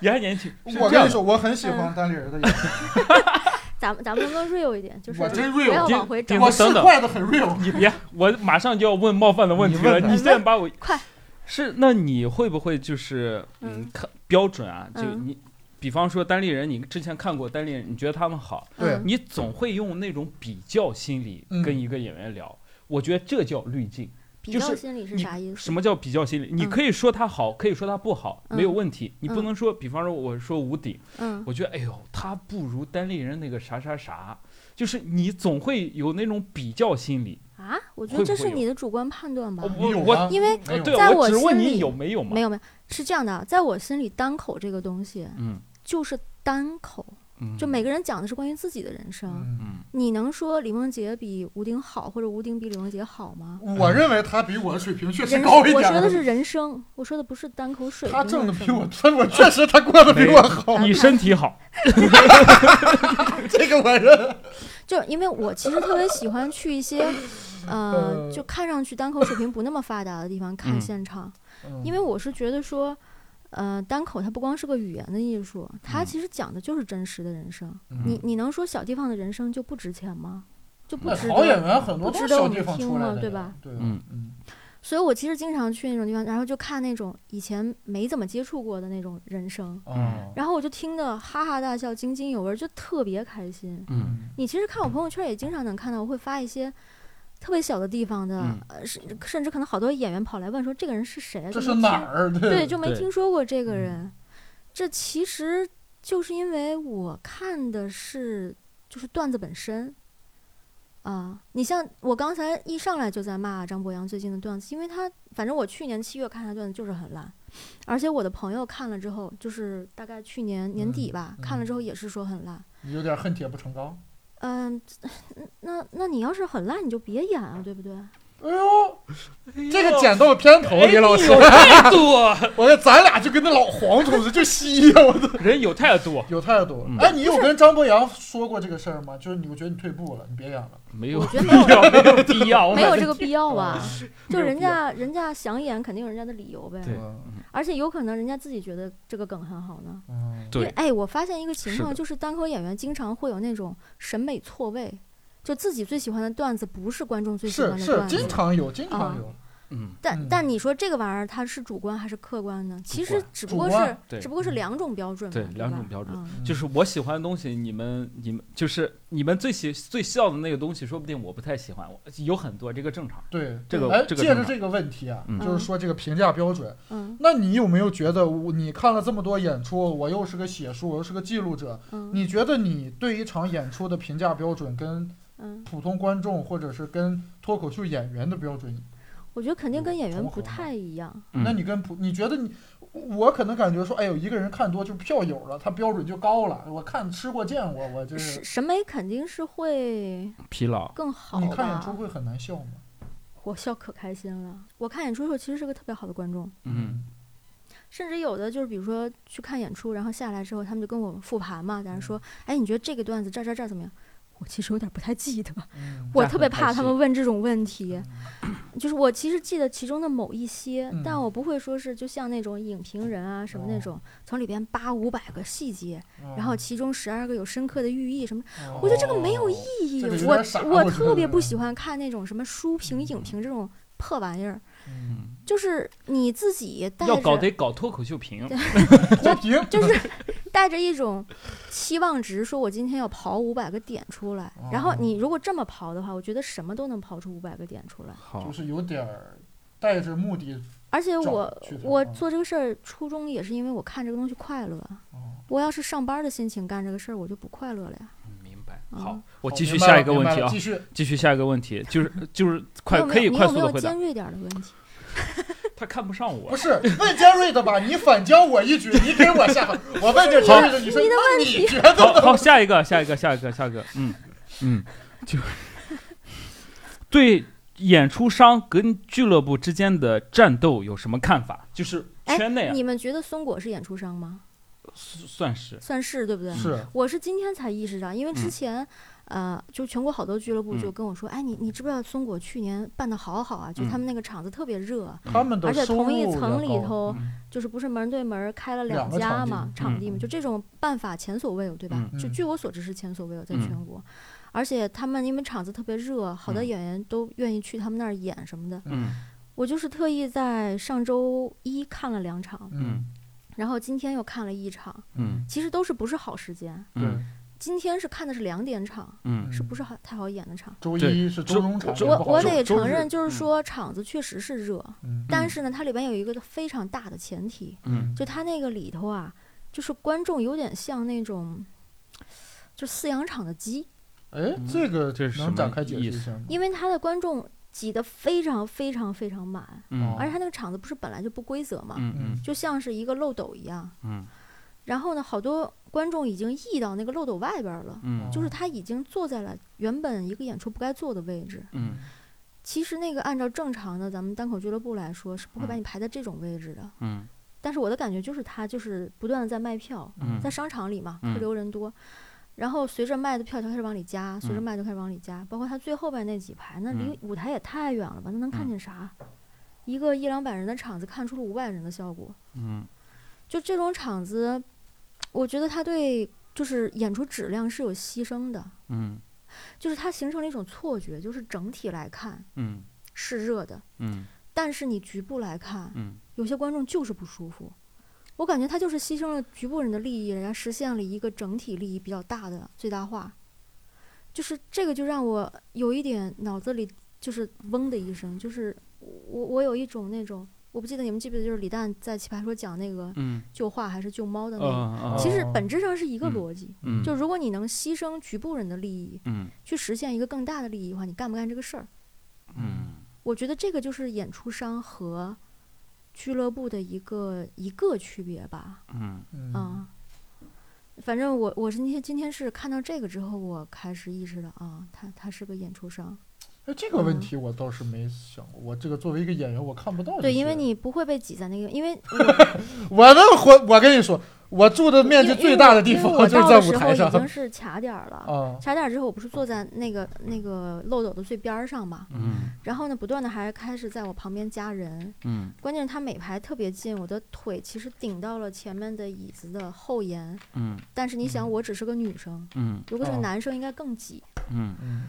你还年轻。是我这跟样你的，说，我很喜欢单立人的演员，咱们咱们能不能 real 一点？就是我真不 real，要顶往回顶找我，我是等等坏的很 real。你别，我马上就要问冒犯的问题你了。问吧你现在把我快是，那你会不会就是嗯嗯，看标准啊？就嗯你，比方说单立人，你之前看过单立人，你觉得他们好，对嗯你总会用那种比较心理嗯跟一个演员聊。我觉得这叫滤镜。比就较是心理是你啥意思？什么叫比较心理？你嗯可以说他好，可以说他不好，没有问题。你不嗯能说，比方说我说吴鼎，嗯我觉得哎呦，他不如单立人那个啥啥啥，就是你总会有那种比较心理。啊，我觉会得不这会是有你的主观判断吧哦。你我有我吗？因为没有对，啊在我我只问心你里有没有嘛？没有没有，是这样的，在我心里，单口这个东西嗯，就是单口，嗯，就每个人讲的是关于自己的人生。嗯嗯，你能说李梦洁比吴丁好，或者吴丁比李梦洁好吗？我认为他比我的水平确实人高一点。我说的是人生，我说的不是单口水平他人挣生。的比我， (laughs) 他我确实他过得比我好，哦你身体好，这个我认。就是因为我其实特别喜欢去一 (laughs) 些，呃，就看上去单口水平不那么发达的地 (laughs) 方看嗯现场，因为我是觉得说，呃，单口它不光是个语言的艺术，它嗯其实讲的就是真实的人生。嗯你你能说小地方的人生就不值钱吗？就不那值好演得。员很多都是小地方出不值得我来们听的，嘛对吧？对，嗯嗯所以我其实经常去那种地方，然后就看那种以前没怎么接触过的那种人生，嗯哦，然后我就听得哈哈大笑，津津有味，就特别开心。嗯，你其实看我朋友圈也经常能看到，我会发一些特别小的地方的，嗯呃，甚甚至可能好多演员跑来问说这个人是谁啊？就这是没哪听？儿？ (laughs) 对，就没对听说过这个嗯人。这其实就是因为我看的是就是段子本身。啊，你像我刚才一上来就在骂张博洋最近的段子，因为他反正我去年七月看他段子就是很烂，而且我的朋友看了之后，就是大概去年年底吧，嗯看了嗯之后也是说很烂。你有点恨铁不成钢。嗯，那那你要是很烂，你就别演啊，对不对？哎呦，哎哎这个剪到偏哎头，李老师，太多，我说咱俩就跟那老黄种似的，就吸呀，我操，人有太多，有太多嗯。哎，你有跟张博洋说过这个事儿吗？就是你，我觉得你退步了，你别演了。没有我觉得没有必要，没有必要，没有这个必要吧？就哦没有人必要家人家想演，肯定有人家的理由呗。对嗯而且有可能人家自己觉得这个梗很好呢。嗯对因为哎，我发现一个情是况，的就是单口演员经常会有那种审美错位，就自己最喜欢的段子不是观众最喜是欢的是，段经子。啊常有，经常有。嗯，但嗯但你说这个玩意儿它是主观还是客观呢？其实观只不主过观是对嗯只不过是两种标准嘛，对吧两种标准嗯嗯就是我喜欢的东西，你们你们就是你们最喜最笑的那个东西，说不定我不太喜欢，我有很多，这个正常。对这个哎，这个借着正常这个问题啊，嗯就是说这个评价标准，嗯那你有没有觉得我你看了这么多演出，我又是个写书，我又是个记录者，嗯你觉得你对一场演出的评价标准跟嗯，普通观众或者是跟脱口秀演员的标准，我觉得肯定跟演员重合不吗太一样。嗯那你跟普，你觉得你，我可能感觉说，哎呦，一个人看多就是票友了，他标准就高了。我看吃过见过，我就审是。审美肯定是会疲劳，更好你看演出吧？会很难笑吗？我笑可开心了。我看演出的时候其实是个特别好的观众，嗯，甚至有的就是，比如说去看演出，然后下来之后，他们就跟我复盘嘛，在那嗯说，哎，你觉得这个段子这儿这儿这儿怎么样？我其实有点不太记得，嗯，我这特很别开怕他心们问这种问题嗯，就是我其实记得其中的某一些，但嗯我不会说是就像那种影评人啊什么那哦种，从里边扒五百个细节，嗯然后其中十二个有深刻的寓意什么，哦我觉得这个没有意义，这个有我点傻我我觉特别得不喜欢看那种什么书评、影评这种破玩意儿，嗯就是你自己带着要搞得搞脱口秀评，脱贫就是带着一种期望值，说我今天要刨五百个点出来。哦然后你如果这么刨的话，我觉得什么都能刨出五百个点出来。好就是有点儿带着目的。而且找我去它我嗯做这个事儿初衷也是因为我看这个东西快乐。哦我要是上班的心情干这个事儿，我就不快乐了呀。明白。嗯好，我好继哦续明白了下一个明问白题了啊，继续。继续下一个 (laughs) 问题，就是就是你快有没可以有你快有速没的有回答尖。锐点儿的问题？他看不上不我，是问尖锐的吧？你反将我一军，你给我下。我问这尖锐的，你说你的那问你题觉得好好，下一个，下一个，下一个，下一个，嗯嗯，就对演出商跟俱乐部之间的战斗有什么看法？就是哎圈内啊，你们觉得松果是演出商吗？算算是算是对不对？是我是今天才意识到，因为嗯之前，呃，就全国好多俱乐部就嗯跟我说，哎，你你知不知道松果去年办的好好啊？就嗯他们那个场子特别热啊，他们的而且收入同一也层里高头嗯就是不是门对门开了两个家场地嘛，嗯场地嘛，就这种办法前所未有，对吧？嗯就嗯据我所知是前所未有，在嗯全国。而且他们因为场子特别热，好多嗯演员都愿意去他们那儿演什么的。嗯我就是特意在上周一看了两场，嗯，然后今天又看了一场，嗯其实都是不是好时间。对，嗯今天是看的是两点场，嗯是不是好太好演的场？周对一是周中场，周我嗯不好我说得周承日认，就是嗯说场子确实是热，嗯但是呢，它里边有一个非常大的前提，嗯就它那个里头啊，就是观众有点像那种，就饲养场的鸡，哎，这个这是什能么展开解释意一思下吗？因为它的观众挤得非常非常非常满，嗯而且它那个场子不是本来就不规则嘛，嗯嗯就像是一个漏斗一样。嗯然后呢，好多观众已经溢到那个漏斗外边了，嗯就是他已经坐在了原本一个演出不该坐的位置。嗯其实那个按照正常的咱们单口俱乐部来说，是不会把嗯你排在这种位置的。嗯但是我的感觉就是他就是不断的在卖票，嗯在商场里嘛，嗯客流人多，然后随着卖的票就开始往里加，随着嗯卖就开始往里加，包括他最后边那几排，那离嗯舞台也太远了吧？那能看见啥？一个一两百人的场子看出了五百人的效果，嗯就这种场子，我觉得他对就是演出质量是有牺牲的，嗯就是它形成了一种错觉，就是整体来看嗯是热的，嗯但是你局部来看，嗯有些观众就是不舒服。我感觉他就是牺牲了局部人的利益，人家实现了一个整体利益比较大的最大化，就是这个就让我有一点脑子里就是嗡的一声，就是我我有一种那种我不记得你们记不记得，就是李诞在《奇葩说》讲那个嗯救画还是救猫的那个，嗯其实哦本质上是一个嗯逻辑，嗯就如果你能牺牲局部人的利益，嗯去实现一个更大的利益的话，你干不干这个事儿？嗯我觉得这个就是演出商和俱乐部的一个一个区别吧。嗯嗯，啊、反正我我是今天今天是看到这个之后，我开始意识到啊，他他是个演出商。哎，这个问题我倒是没想过，我这个作为一个演员，我看不到这些。对，因为你不会被挤在那个，因为我的活，我跟你说，我住的面积最大的地方因为我就是到在的时舞台候上已经是卡点儿了。啊。卡点儿之后，我不是坐在那个那个漏斗的最边儿上嘛，嗯然后呢，不断的还开始在我旁边加人，嗯关键是他每排特别近，我的腿其实顶到了前面的椅子的后沿，嗯但是你想，我只是个女生，嗯如果是个哦男生应该更挤，嗯嗯，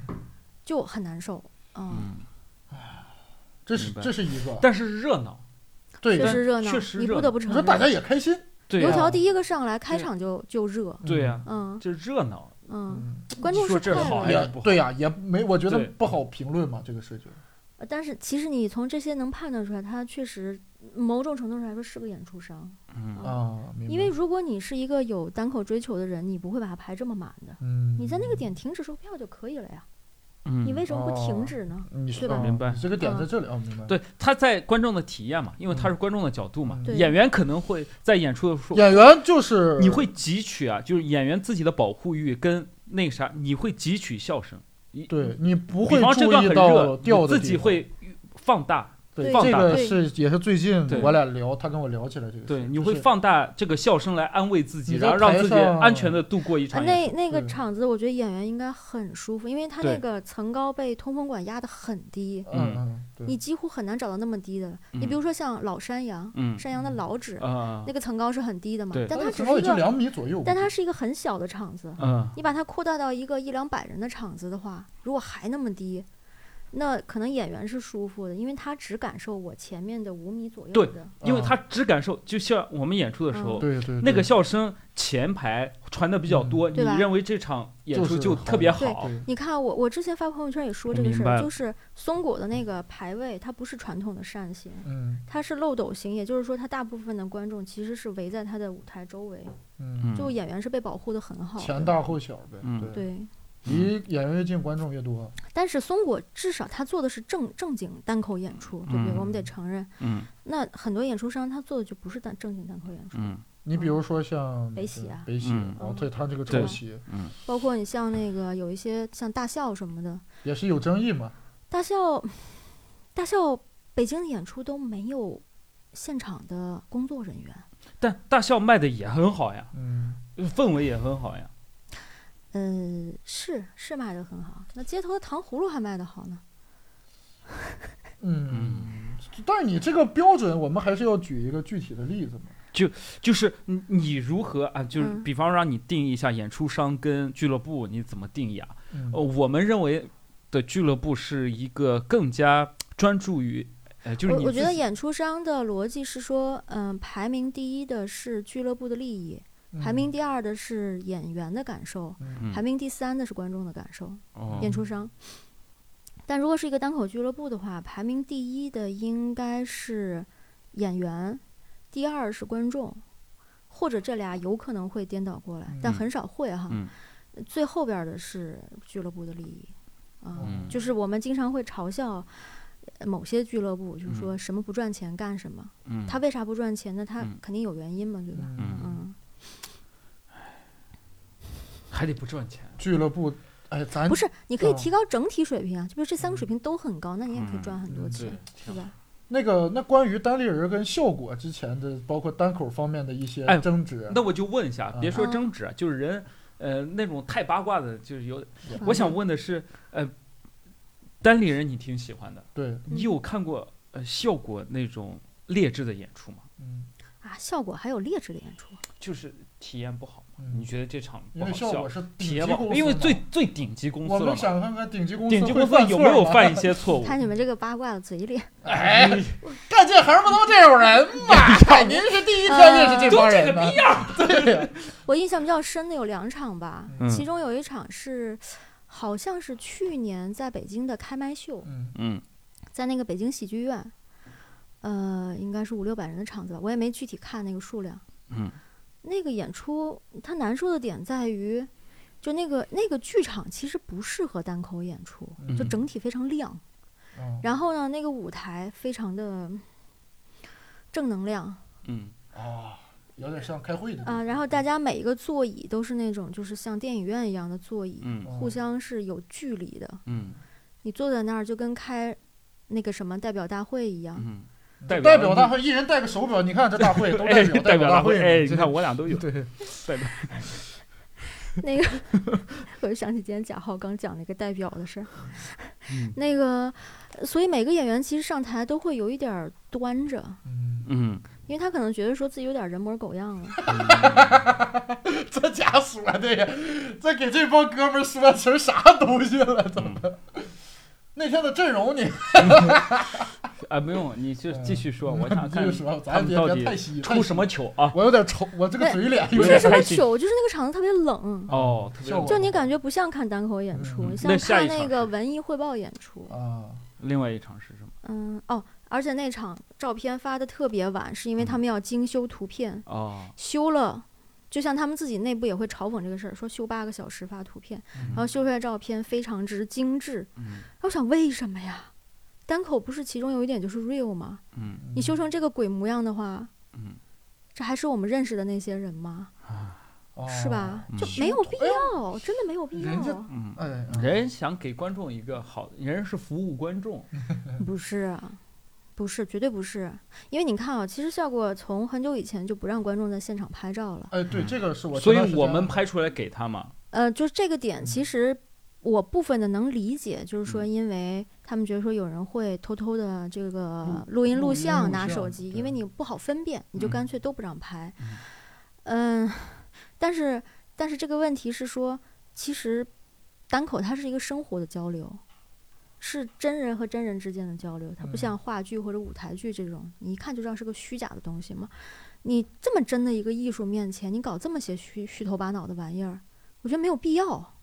就很难受。嗯，嗯，这是明白这是一个，但是热闹，对确但，实热闹确实，你热不闹得不承你说大家认。也开心，对油呀、条第一个上来，开对场就就热，对啊呀、嗯就是热闹，嗯，嗯，关键说是这快好乐还也是不好对啊呀，也没，我觉得对不好评论嘛，这个事情。呃但是其实你从这些能判断出来，他确实某种程度上来说是个演出商，嗯啊，明白因为如果你是一个有单口追求的人，你不会把它排这么满的。嗯，你在那个点停止售票就可以了呀，嗯，你为什么不哦停止呢？你对说吧哦明白你这个点嗯在这里啊，明白。对他在观众的体验嘛，因为他是观众的角度嘛，嗯对演员可能会在演出的时候，演员就是你会汲取啊，就是演员自己的保护欲跟那个啥，你会汲取笑声，对你不比会方这注段意很到热，调你的自地己方会放大，对放这大个对是也是最近对我俩聊，他跟我聊起来这个事儿，对，你就会是放大这个笑声来安慰自己，你然在后让台自己上安全的度过一啊，场演出。那那个对场子，我觉得演员应该很舒服，因为他对那个层高被通风管压得很低，嗯嗯对你几乎很难找到那么低的。你嗯比如说像老山羊，嗯山羊的老址，啊那个层高是很低的嘛对，但它它只至少是哎也一就个，两米左右，但它是一个很小的场子。嗯你把它扩大到一个一两百人的场子的话，如果还那么低，那可能演员是舒服的，因为他只感受我前面的五米左右对的。因为啊他只感受，就像我们演出的时候，对对那个笑声前排传的比较多，你嗯对吧认为这场演就出是就好特别的对好，你看啊我，我之前发朋友圈也说我这个明事白儿，了就是松果的那个排位，它不是传统的扇形，嗯它是漏斗型，也就是说，它大部分的观众其实是围在它的舞台周围，嗯，就演员是被保护的很好前的。大后小呗，嗯对，对，离演员越近，观众越多，但是松果至少他做的是正正经单口演出，对不对？嗯我们得承认，嗯那很多演出商他做的就不是单正经单口演出，嗯你比如说像北喜啊北喜，嗯然后对他这个对抄袭嗯包括你像那个有一些像大笑什么的，也是有争议嘛，大笑，大笑北京的演出都没有现场的工作人员。但大笑卖的也很好呀，嗯，氛围也很好呀，嗯，是是卖的很好，那街头的糖葫芦还卖的好呢。嗯，但是你这个标准，我们还是要举一个具体的例子嘛。就是你你如何啊？就是嗯比方让你定义一下演出商跟俱乐部，你怎么定义啊？嗯呃，我们认为的俱乐部是一个更加专注于，呃，就是我你我觉自得己演出商的逻辑是说，嗯，排名第一的是俱乐部的利益，排嗯名第二的是演员的感受，嗯排名第三的是观众的感受。哦演出商。但如果是一个单口俱乐部的话，排名第一的应该是演员，第二是观众，或者这俩有可能会颠倒过来，但嗯很少会哈。嗯最后边儿的是俱乐部的利益，啊、嗯就是我们经常会嘲笑。呃某些俱乐部就是嗯说什么不赚钱干什么，嗯他为啥不赚钱呢？他嗯肯定有原因嘛，对吧？嗯嗯，还得不赚钱，俱乐部，哎，嗯咱不是，你可以哦提高整体水平啊，就比如这三个水平都很高，那你也可以赚很多嗯钱，对吧？那个那关于单立人跟效果之前的，包括单口方面的一些哎争执，那我就问一下，别说嗯争执，啊，就是人，呃，那种太八卦的，就是有。嗯我想问的是，呃，单立人你挺喜欢的，对，嗯你有看过呃效果那种劣质的演出吗？嗯，啊，效果还有劣质的演哦出，就是体验不好吗？嗯你觉得这场不因为好效笑果？是体顶级验不好，公司因为嘛最最顶级公我司了们嘛，想看看顶级公司顶级会公司犯有错没有吗犯一？些错误？看你们这个八卦的嘴脸，哎，嗯干这行不都这种人 (laughs) 吗？哎您是第一天认识这帮人呢，对呀，我印象比较深的有两场吧，嗯其中有一场是，好像是去年在北京的开麦秀，嗯嗯在那个北京喜剧院，呃，应该是五六百人的场子吧，我也没具体看那个数量。嗯那个演出它难受的点在于，就那个那个剧场其实不适合单口演出，就嗯整体非常亮。嗯然后呢，那个舞台非常的正能量，嗯啊，有点像开会的啊，然后大家每一个座椅都是那种就是像电影院一样的座椅，嗯互相是有距离的。嗯你坐在那儿就跟开那个什么代表大会一样。嗯，代代表大会，一人带个手表，你看这大会都代哎，表 (laughs) 代表大会，嘛哎，这你看我俩都有对，代表。那个，我就想起今天贾浩刚讲那个代表的事儿。嗯那个，所以每个演员其实上台都会有一点儿端着，嗯， (laughs) 嗯，因为他可能觉得说自己有点人模狗样了。这家说的呀，这给这帮哥们儿说成啥东西了？怎么？嗯那天的阵容你啊，不用，你就继续说，我嗯 (laughs) 想你看就说，咱别他们到别底太稀，出什么糗啊？我有点愁，我这个嘴脸有不对是点什么开心糗，就是那个场子特别冷，哦，特别效果就你感觉不像看单口演出，嗯像那下看一场那是个文艺汇报演出。啊，另外一场是什么？嗯，哦，而且那场照片发的特别晚，是因为他嗯们要精修图片，哦，修了。就像他们自己内部也会嘲讽这个事儿，说修八个小时发图片，然后修出来照片非常之精致。嗯然后我想为什么呀？单口不是其中有一点就是 real 吗？嗯你修成这个鬼模样的话，嗯，这还是我们认识的那些人吗？哦是？吧？就嗯没有必要，真的没有必人家要。嗯，哎，啊人想给观众一个好，人是服务观众，不是，不是，绝对不是。因为你看啊，其实效果从很久以前就不让观众在现场拍照了。哎，对，这个是我嗯所前段时以间，我们拍出来给他嘛。呃，就是这个点，嗯其实我部分的能理解，就是说，嗯因为他们觉得说有人会偷偷的这个录录音嗯录音像录拿像手机，因为对你不好分辨，你就嗯干脆都不让拍。嗯，但是但是这个问题是说，其实单口它是一个生活的交流，是真人和真人之间的交流，它不嗯像话剧或者舞台剧这种，你一看就知道是个虚假的东西嘛。你这么真的一个艺术面前，你搞这么些虚虚头巴脑的玩意儿，我觉得没有必要。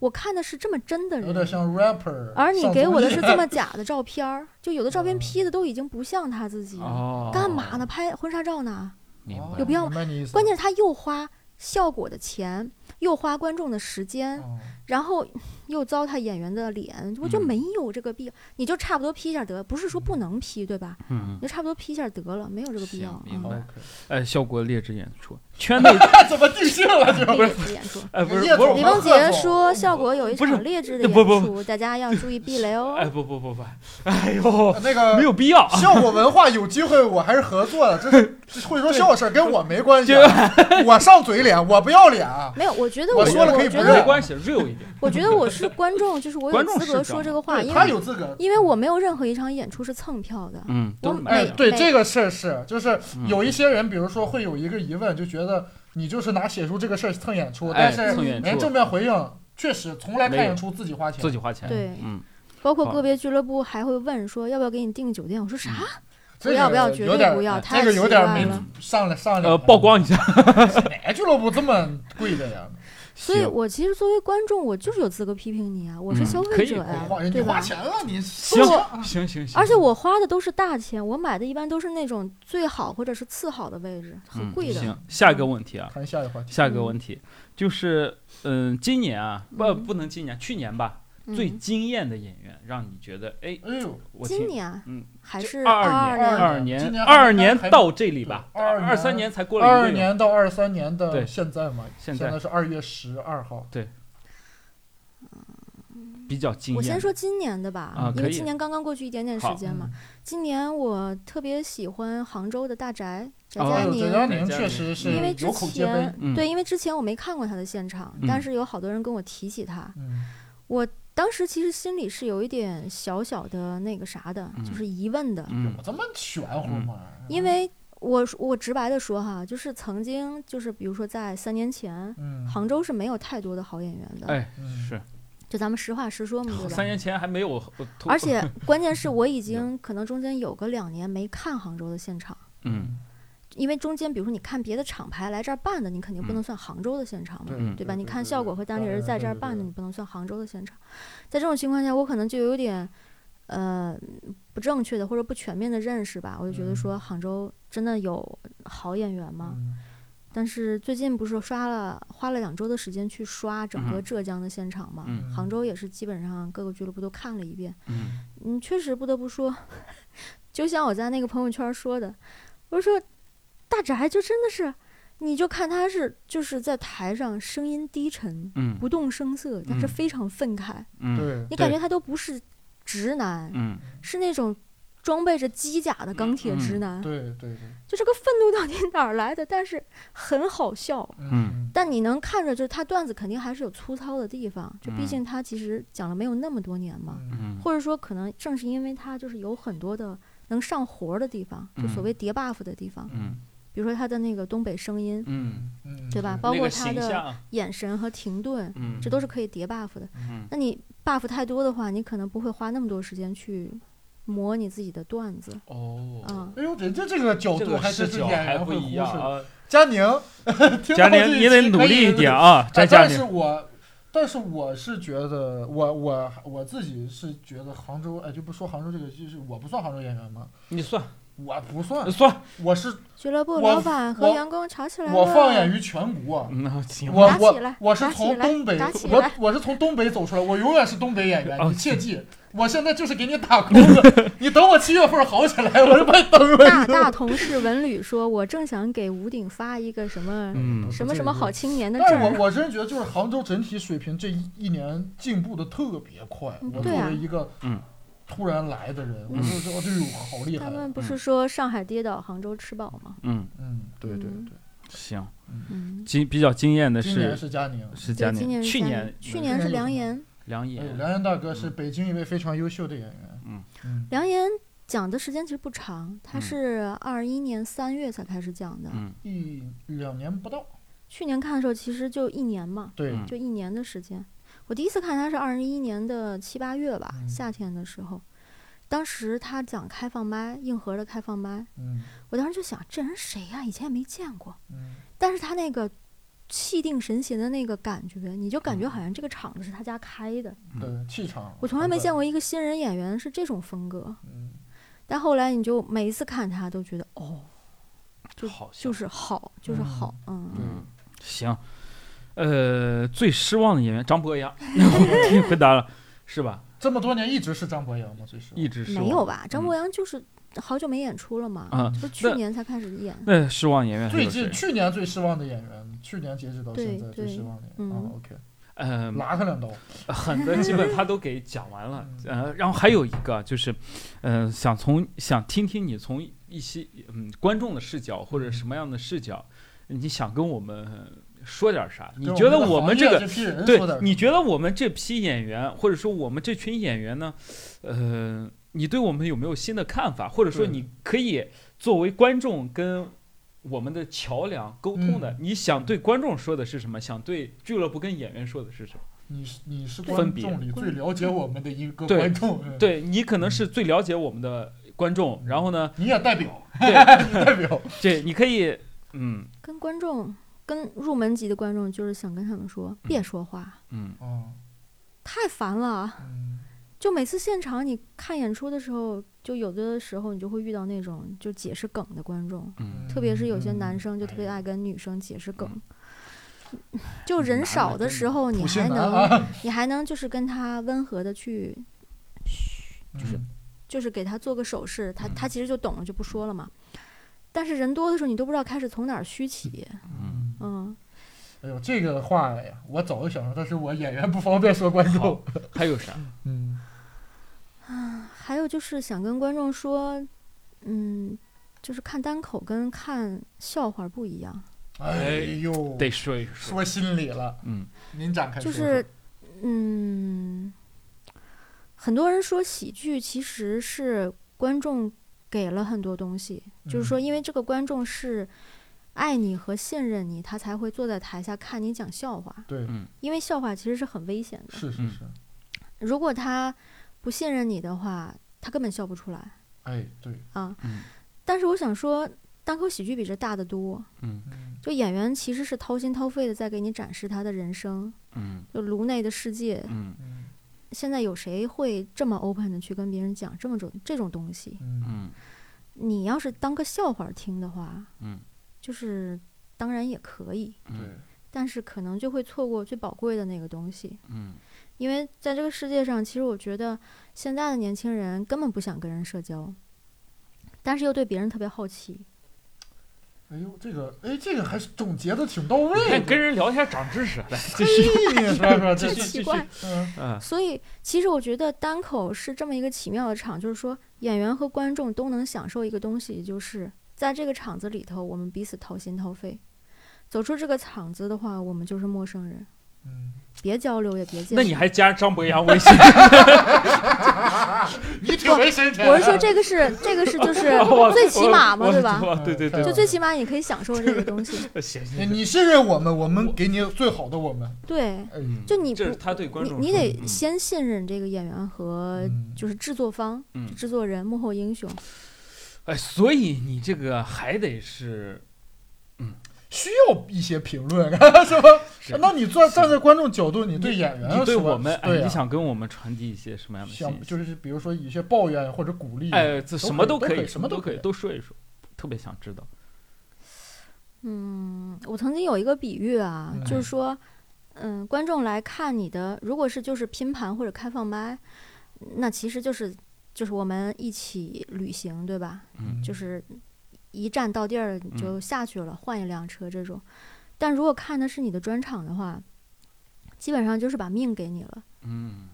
我看的是这么真的有点人，像 rapper，而你给我的是上综艺这么假的照片儿，就有的照片嗯 P 的都已经不像他自己了，哦，干嘛呢？？拍婚纱照呢？明白。有必要吗啊明白你意思关键是他又花效果的钱，又花观众的时间，哦然后又糟蹋演员的脸，我觉得嗯没有这个必要。你就差不多 P 一下得，不是说不能 P 对吧？嗯你，就差不多 P 一下得了，没有这个必行要。明白嗯 OK 哎，效果劣质演出，(laughs) 圈内怎么定性了就？ (laughs) 劣质演出。哎不是业不主李是，吗梦洁说，效果有一不是场劣质的演不不出，大家要注意避雷哦。哎不不不不，哎呦， (laughs) 那个没有必要。效果文化有机会我还是合作的，这是这 (laughs) 会说笑话事儿跟我没关系啊，我上嘴脸，我不要脸啊。没有，我觉得我我说了可以我不觉认没得关系，real 一点。我觉得我是观众，就是我有观众资格是这样说这的个话，对啊因他为有资格。因为我没有任何一场演出是蹭票的。嗯，都是我买哎，每的。对每这个事儿是，就是嗯有一些人，比如说会有一个疑问，就觉得你就是拿写书这个事儿蹭演出，但哎，是蹭演人出正，面回应确实从来看没有演出自己花钱，自己花钱。对嗯，包括好个别俱乐部还会问说要不要给你订酒店，我说啥？嗯这不个要不要，绝有对点不要，哎太这个有奇点怪没了。上来上来呃，曝光一下。 (laughs) 哪俱乐部这么贵的呀？所以行我其实作为观众，我就是有资格批评你啊，我是嗯消可费以者可以呀花，人你对花吧？钱了，你行我行行行。而且我花的都是大钱，我买的一般都是那种最好或者是次好的位置，很嗯贵的。行，下一个问题啊，谈下一个话题。下一个嗯问题就是，嗯，今年啊，不嗯不能今年，去年吧，嗯最惊艳的演员，让你觉得，哎，哎呦，我今听年嗯还这是二二年年，今二年年还二二没年还到这里吧，对22二三年才过了一二个二月年到二三年的对现在嘛，现在在是二月十二号。比较惊我艳先的。说今年的吧，啊因可为以今年刚刚过去一点点时好嗯间嘛。今年我特别喜欢杭州的大宅翟哦佳嗯，安宁，翟佳宁确实因为是之有口皆碑前。嗯对，因为之前我没看过他的现场，嗯但是有好多人跟我提起他，嗯，当时其实心里是有一点小小的那个啥的，嗯就是疑问的，嗯我这么玄乎吗？因为我我直白的说哈，就是曾经就是比如说在三年前，嗯，杭州是没有太多的好演员的，哎，嗯是就咱们实话实说嘛，对三吧？年前还没有，呃突而 (laughs) 且关键是我已经可能中间有个两年没看杭州的现场。嗯因为中间，比如说你看别的厂牌来这儿办的，你肯定不能算杭州的现场嘛，嗯嗯对吧？你看效果和单立人在这儿办的，你的，不能算杭州的现场。在这种情况下，我可能就有点呃不正确的或者不全面的认识吧。我就觉得嗯说杭州真的有好演员吗？嗯但是最近不是刷了花了两周的时间去刷整个嗯浙江的现场嘛，嗯杭州也是基本上各个俱乐部都看了一遍。嗯嗯，确实不得不说， (laughs) 就像我在那个朋友圈说的，我说大宅就真的是你就看他是就是在台上声音低沉，嗯不动声色，但是嗯非常愤慨，嗯对，你感对觉他都不是直男，嗯，是那种装备着机甲的钢铁嗯直男，对对对，就这个愤怒到底哪儿来的？但是很好笑。嗯，但你能看着，就是他段子肯定还是有粗糙的地方，就毕嗯竟他其实讲了没有那么多年嘛，嗯嗯或者说可能正是因为他就是有很多的能上活儿的地方，就所嗯谓叠 buff 的地方，嗯比如说他的那个东北声音、嗯，嗯对吧包那括个他形的象，眼神和停顿，嗯，这都是可以叠 buff 的。嗯那你 buff 太多的话，你可能不会花那么多时间去磨你自己的段子，哦，嗯，哎呦，人家这个角这度个还视真是角演还员不会忽一样视。 (laughs) 啊，佳宁，听佳到这 (laughs) 宁一你得期努可以力一是点啊，哎张佳但是宁，我，但是我是觉得，我我我自己是觉得杭州，哎，就不说杭州这个，就是我不算杭州演员吗？你算我不算，呃 (laughs) 算，我是俱乐部我老板和我员工吵起来了。我放眼于全国，那嗯行，我嗯打起我来我是打起从来东北打，起我来我是从东北走出来，我永远是东北演员，哦你切记。我现在就是给你打工 (laughs) 的，你等我七月份好起来，我就把你蹬了。大大同事文旅说，我正想给吴鼎发一个什么嗯什么什么好青年的但证是我儿，我真觉得，就是杭州整体水平这一一年进步的特别快。嗯我作对啊为一个嗯突然来的人，我就觉得这呦好厉害他。们不嗯是说上海跌倒，杭州吃饱吗？嗯，嗯，对对嗯对，行，嗯，惊比较惊艳的今年是是佳宁，是对佳，今年宁，是去佳年去年年是是梁什么岩，梁哎呦岩，梁岩大哥是北京一位非常优秀的演员。嗯嗯梁岩讲的时间其实不长，他嗯是二一年三月才开始讲的，嗯一两年不到，去年看的时候其实就一年嘛，对，嗯就一年的时间。我第一次看他是二一年的七八月吧，嗯夏天的时候，当时他讲开放麦，硬核的开放麦，嗯我当时就想这人谁呀、以前也没见过。嗯，但是他那个气定神闲的那个感觉，你就感觉嗯好像这个场子是他家开的。对，气场。我从来没见。过一个新人演员是这种风格，嗯，但后来你就每一次看他都觉得哦，就好像就是好，就是好，嗯，嗯，行，呃，最失望的演员张博洋， (laughs) 我替你回答了，是吧？这么多年一直是张博洋吗？最是一直是没有吧？张嗯博洋就是好久没演出了嘛，啊就去年才开始演。那失望演员还最有近谁？去年最失望的演员，去年截止到现在对最对失望的演嗯员。啊，OK，呃，拉他两刀。很多基本他都给讲完了，嗯呃，然后还有一个就是，呃，想从想听听你从一些嗯观众的视角或者什么样的视角，你想跟我们说点啥？你跟觉得我我们们这个行业批人说点对，儿你觉得我们这批演员或者说我们这群演员呢，呃，你对我们有没有新的看法？或者说对你可以作为观众跟我们的桥梁沟通嗯的，你想对观众说的是什么？想对俱乐部跟演员说的是什么？你是你是对观分别众里最了解嗯我们的一个对观众，嗯，对你可能是最了解我们的观众，然后 (laughs) 呢，你也代表，对你代表，这你可以，嗯跟观众，跟入门级的观众，就是想跟他们说，别说话，嗯嗯太烦了。嗯就每次现场你看演出的时候，就有的时候你就会遇到那种就解释梗的观众，嗯，特别是有些男生就特别爱跟女生解释梗。就人少的时候，你不信还男能、啊，你还能就是跟他温和的去，就是就是给他做个手势，他嗯他其实就懂了，就不说了嘛。但是人多的时候，你都不知道开始从哪儿虚起，嗯，嗯，哎呦，这个话呀，我早就想说，但是我演员不方便说观众好，还有啥？嗯嗯还有就是想跟观众说，嗯，就是看单口跟看笑话不一样，哎呦，得说一说，说心里了，嗯您展开就说说，是嗯，很多人说喜剧其实是观众给了很多东西，就是说因为这个观众是爱你和信任你，他才会坐在台下看你讲笑话，对，嗯因为笑话其实是很危险的，是是是，如果他不信任你的话，他根本笑不出来哎，对，啊。嗯但是我想说，单口喜剧比这大得多。嗯嗯就演员其实是掏心掏肺的在给你展示他的人生，嗯就颅内的世界。嗯嗯现在有谁会这么 open 的去跟别人讲这么种这种东西？嗯嗯你要是当个笑话听的话，嗯，就是当然也可以，对，但是可能就会错过最宝贵的那个东西。嗯因为在这个世界上，其实我觉得现在的年轻人根本不想跟人社交，但是又对别人特别好奇。哎呦，这个哎，这个还是总结的挺到位看的，跟人聊天长知识，来继续，嘿是 (laughs) 吧？(laughs) 是吧？这真继续奇继续怪。嗯，嗯，所以，其实我觉得单口是这么一个奇妙的场，就是说演员和观众都能享受一个东西，也就是在这个场子里头，我们彼此掏心掏肺。走出这个场子的话，我们就是陌生人，嗯别交流也别见。那你还加张博洋微信？ (laughs) 你挺没深沉啊。我是说这个 (laughs) 是这个是就是我最起码嘛，我对吧？我对对对就最起码你可以享受这个东西，对，行，哎你信任我们，我们给你最好的我们。对，哎，嗯就你不这是他对观你众你说的嗯得先信任这个演员和嗯呃就是制作方、嗯，制作人、幕后英雄，哎，所以你这个还得是需要一些评论，啊 (laughs) 是吧？是那你站站在观众角度，你对演员你对说我们，哎，对啊你想跟我们传递一些什么样的信想息？就是比如说一些抱怨或者鼓励，哎，这都什可么以都可可以，以什么都都可可以，以都说一说，特别想知道。嗯，我曾经有一个比喻啊，嗯就是说，嗯，观众来看你的，如果是就是拼盘或者开放麦，那其实就是就是我们一起旅行，对吧？嗯就是一站到地儿你就下去了，换一辆车这种。但如果看的是你的专场的话，基本上就是把命给你了，嗯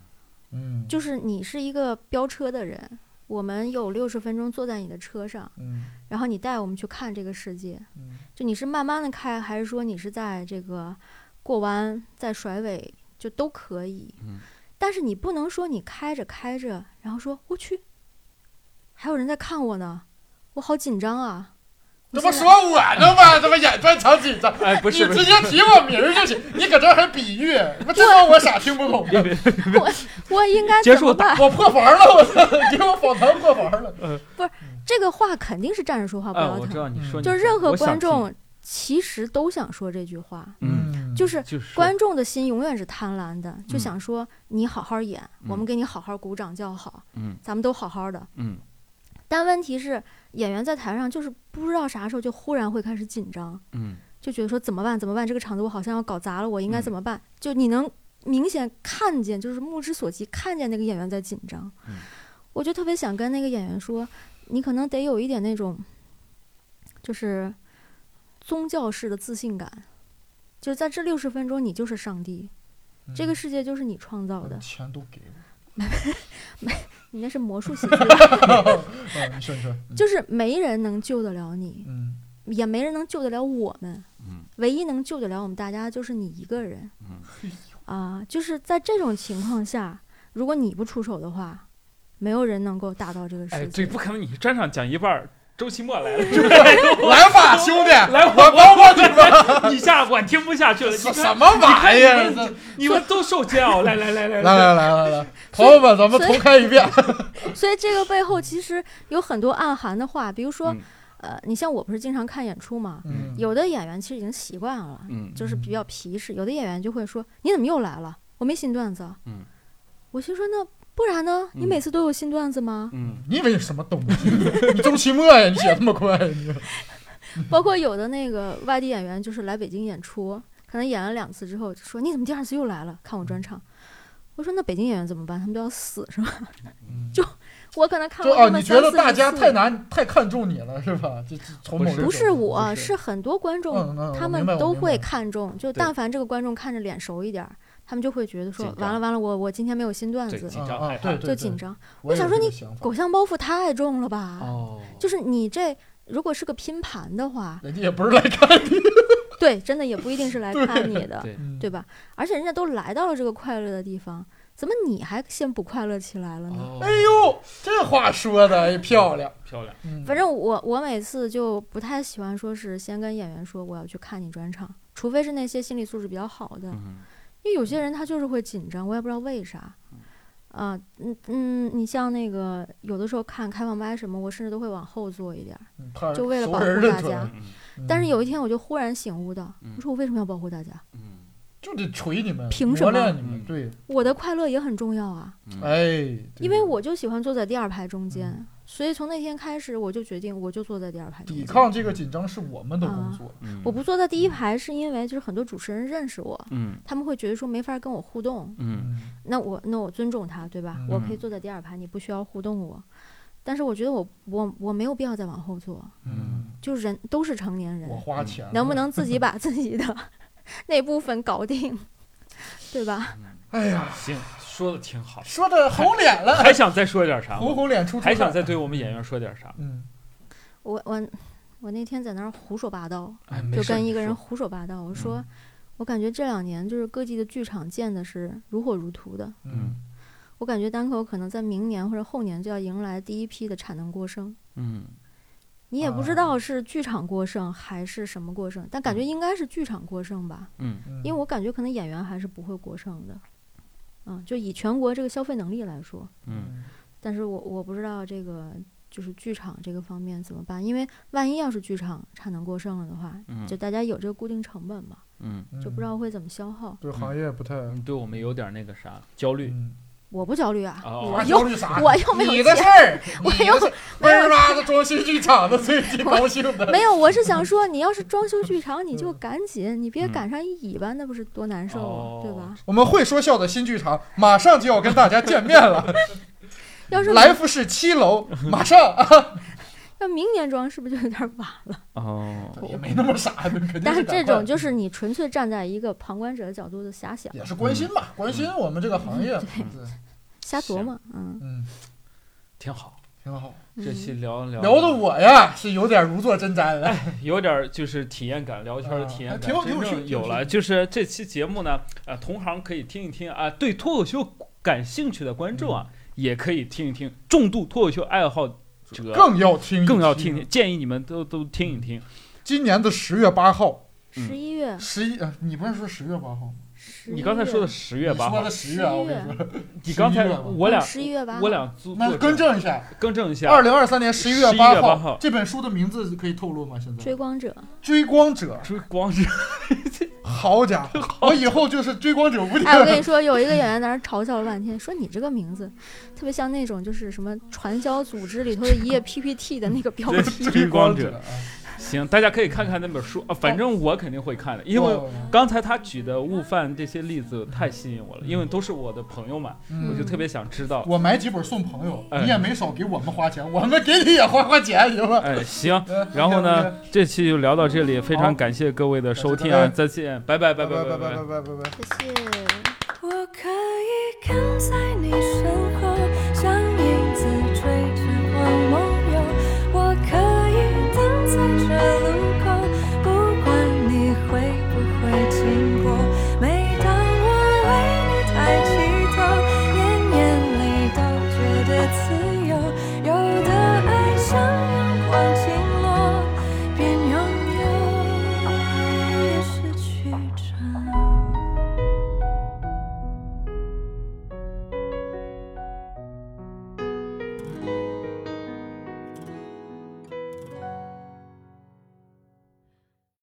嗯，就是你是一个飙车的人，我们有六十分钟坐在你的车上，嗯然后你带我们去看这个世界。嗯就你是慢慢的开，还是说你是在这个过弯再甩尾，就都可以。嗯但是你不能说你开着开着，然后说我去，还有人在看我呢，我好紧张啊！我这现不在说我呢吗？这不演专场紧张，哎，不你是不直是，接提我名儿就行。你搁这儿还比喻，我知道我啥听不懂的，我应 (laughs) 该结怎束么打办？我破防了，我操， (laughs) 给我访谈破防了。这个话肯定是站着说话不哎，腰我知疼，道你嗯说你就是说任何我想观听，众其实都想说这句话，嗯，就是就是说观众的心永远是贪婪的，就嗯想说你好好演，我嗯们给你好好鼓掌叫好，嗯咱们都好好的。嗯但问题是，演员在台上就是不知道啥时候就忽然会开始紧张，嗯就觉得说怎么办？怎么办？这个场子我好像要搞砸了，我应该嗯怎么办？就你能明显看见，就是目之所及，看见那个演员在紧张。嗯我就特别想跟那个演员说，你可能得有一点那种，就是宗教式的自信感，就是在这六十分钟，你就是上帝，嗯这个世界就是你创造的，嗯钱都给我。你那是魔术喜剧，嗯，你说你说，就是没人能救得了你。嗯也没人能救得了我们，嗯唯一能救得了我们大家就是你一个人嗯啊、就是在这种情况下，如果你不出手的话，没有人能够打到这个哎，世界。对，不可能，你专场讲一半儿，周奇 (laughs) 墨来了，是来吧，兄弟，来我我帮帮你吧。吧你下我听不下去了， (laughs) 你什看什哎么玩意儿？这你们都受煎熬，来来来 (laughs) 来来来来来来，朋友们，咱们重开一遍。所以这个背后其实有很多暗含的话，比如说，嗯呃，你像我不是经常看演出嘛，嗯，有的演员其实已经习惯了，嗯就是比较皮实，有的演员就会说：“你怎么又来了？我没新段子。”嗯，我心说那不然呢？你嗯每次都有新段子吗？嗯你以为你什么东西？你周奇墨呀？你写这么快？你包括有的那个外地演员，就是来北京演出，可能演了两次之后，就说你怎么第二次又来了？看我嗯专场。我说那北京演员怎么办？他们都要死是吧？ (laughs) 就我可能看就过啊，他们你觉三得四大家次太难太看重你了是吧？这这从某不不是我，是是很多观众，嗯嗯，他我们明白都会。我看重，就对但凡这个观众看着脸熟一点儿，他们就会觉得说紧张完了完了，我我今天没有新段对子，紧明白张啊害啊，怕对对，就对紧。张。我想说你狗，狗像包袱太重了吧？哦，就是你这如果是个拼盘的话，人家也不是来看你，对，真的也不一定是来看你的。对对吧？吧？而且人家都来到了这个快乐的地方，怎么你还先不快乐起来了呢？哦哎呦，这话说的哎漂亮。漂亮，嗯反正我我每次就不太喜欢说是先跟演员说我要去看你专场，除非是那些心理素质比较好的，嗯因为有些人他就是会紧张，我也不知道为啥。啊，嗯嗯，你像那个有的时候看开放麦什么，我甚至都会往后坐一点儿。嗯怕就为了熟保护人认大出来家嗯嗯但是有一天我就忽然醒悟到，嗯我说我为什么要保护大家？嗯就得锤你们，凭什磨么练你们？嗯对，我的快乐也很重要啊。嗯，哎，对因为我就喜欢坐在第二排中间，嗯所以从那天开始我就决定，我就坐在第二排中抵间。抗这个紧张是我们啊的工作。嗯我不坐在第一排是因为就是很多主持人认识我，嗯他们会觉得说没法跟我互动，嗯嗯那我那我尊重他，对吧？嗯我可以坐在第二排，你不需要互动我。但是我觉得我我我没有必要再往后做，嗯，就人都是成年人嗯我，花钱了能不？能自己把自己的 (laughs) 那部分搞定，对吧？哎呀，行，说的 (laughs) 挺好，说的红脸了，还想再说点啥吗？红红脸出还想再对我们演员说点啥？嗯，我我我那天在那儿胡说八道，哎，没就事儿跟你一个人说嗯胡说八道，我说、我感觉这两年就是各地的剧场建的是如火如荼的，嗯我感觉单口可能在明年或者后年就要迎来第一批的产能过剩。嗯你也不啊知道是剧场过剩还是什么过剩，但感觉应该是剧场过剩吧，嗯嗯，因为我感觉可能演员还是不会过剩的，嗯，就以全国这个消费能力来说，嗯但是我我不知道这个就是剧场这个方面怎么办，因为万一要是剧场产能过剩了的话，嗯就大家有这个固定成本嘛，嗯，嗯就不知道会怎么消耗。对行业不太。你对我们有点那个啥焦虑嗯我不焦虑啊，哦我还又 (laughs) 焦虑啥？我又没有你的钱 (laughs) 事儿，我你的又事儿贝尔拉的装新剧场的 (laughs) 最近高兴的，没有，我是嗯想说，你要是装修剧场，你就赶紧，你别赶上一尾巴，那不是多难受啊，对哦吧？我们会说笑的新剧场马上就要跟大家见面了，要是来福士七楼，马上啊，要明年装是不是就有点晚了？嗯哦，也没那么傻，肯定但是赶这快嗯种就是你纯粹站在一个旁观者的角度的瞎想、也是关心吧，关心我们这个行业，对，瞎琢磨，嗯，嗯，挺好。挺好。这期嗯聊聊聊的我呀是有点如坐针毡了，有点儿就是体验感，聊天儿的啊体验感，挺有挺有真趣正挺有有了。就是这期节目呢，呃，同行可以听一听啊，对脱口秀感兴趣的观众嗯啊，也可以听一听。重度脱口秀爱好 (laughs) 者更嗯要听一更要听听，建议你们都都听一听。今年的十月八号，嗯十一月，十一，呃你不是说十月八号吗？ 11你刚才说的月十月八你说号的，十月啊，我跟你说，你刚才11月吧我俩嗯十一月八，我俩做那更正一下，更正一下，二零二三年十一月11月8八号这本书的名字可以透露吗？现在追光者，追光者，追光是好家伙，我以后就是追光者无敌。哎，我跟你说，有一个演员在那儿嘲笑了半天，说你这个名字特别像那种就是什么传销组织里头的一页 PPT 的那个标 (laughs) 题，追光者。者，啊行，大家可以看看那本书啊，反正我肯定会看的，因为我刚才他举的悟饭这些例子太吸引我了，因为都是我的朋友嘛，我就嗯，特别想知道。我买几本送朋友，哎你也没少给我们花钱，我们给你也花花钱，行吧？哎，行，嗯然后行行呢，这期就聊到这里，非好常感谢各位的收听啊，再见，拜拜拜拜拜拜拜。拜拜拜拜。谢谢。我可以跟在你身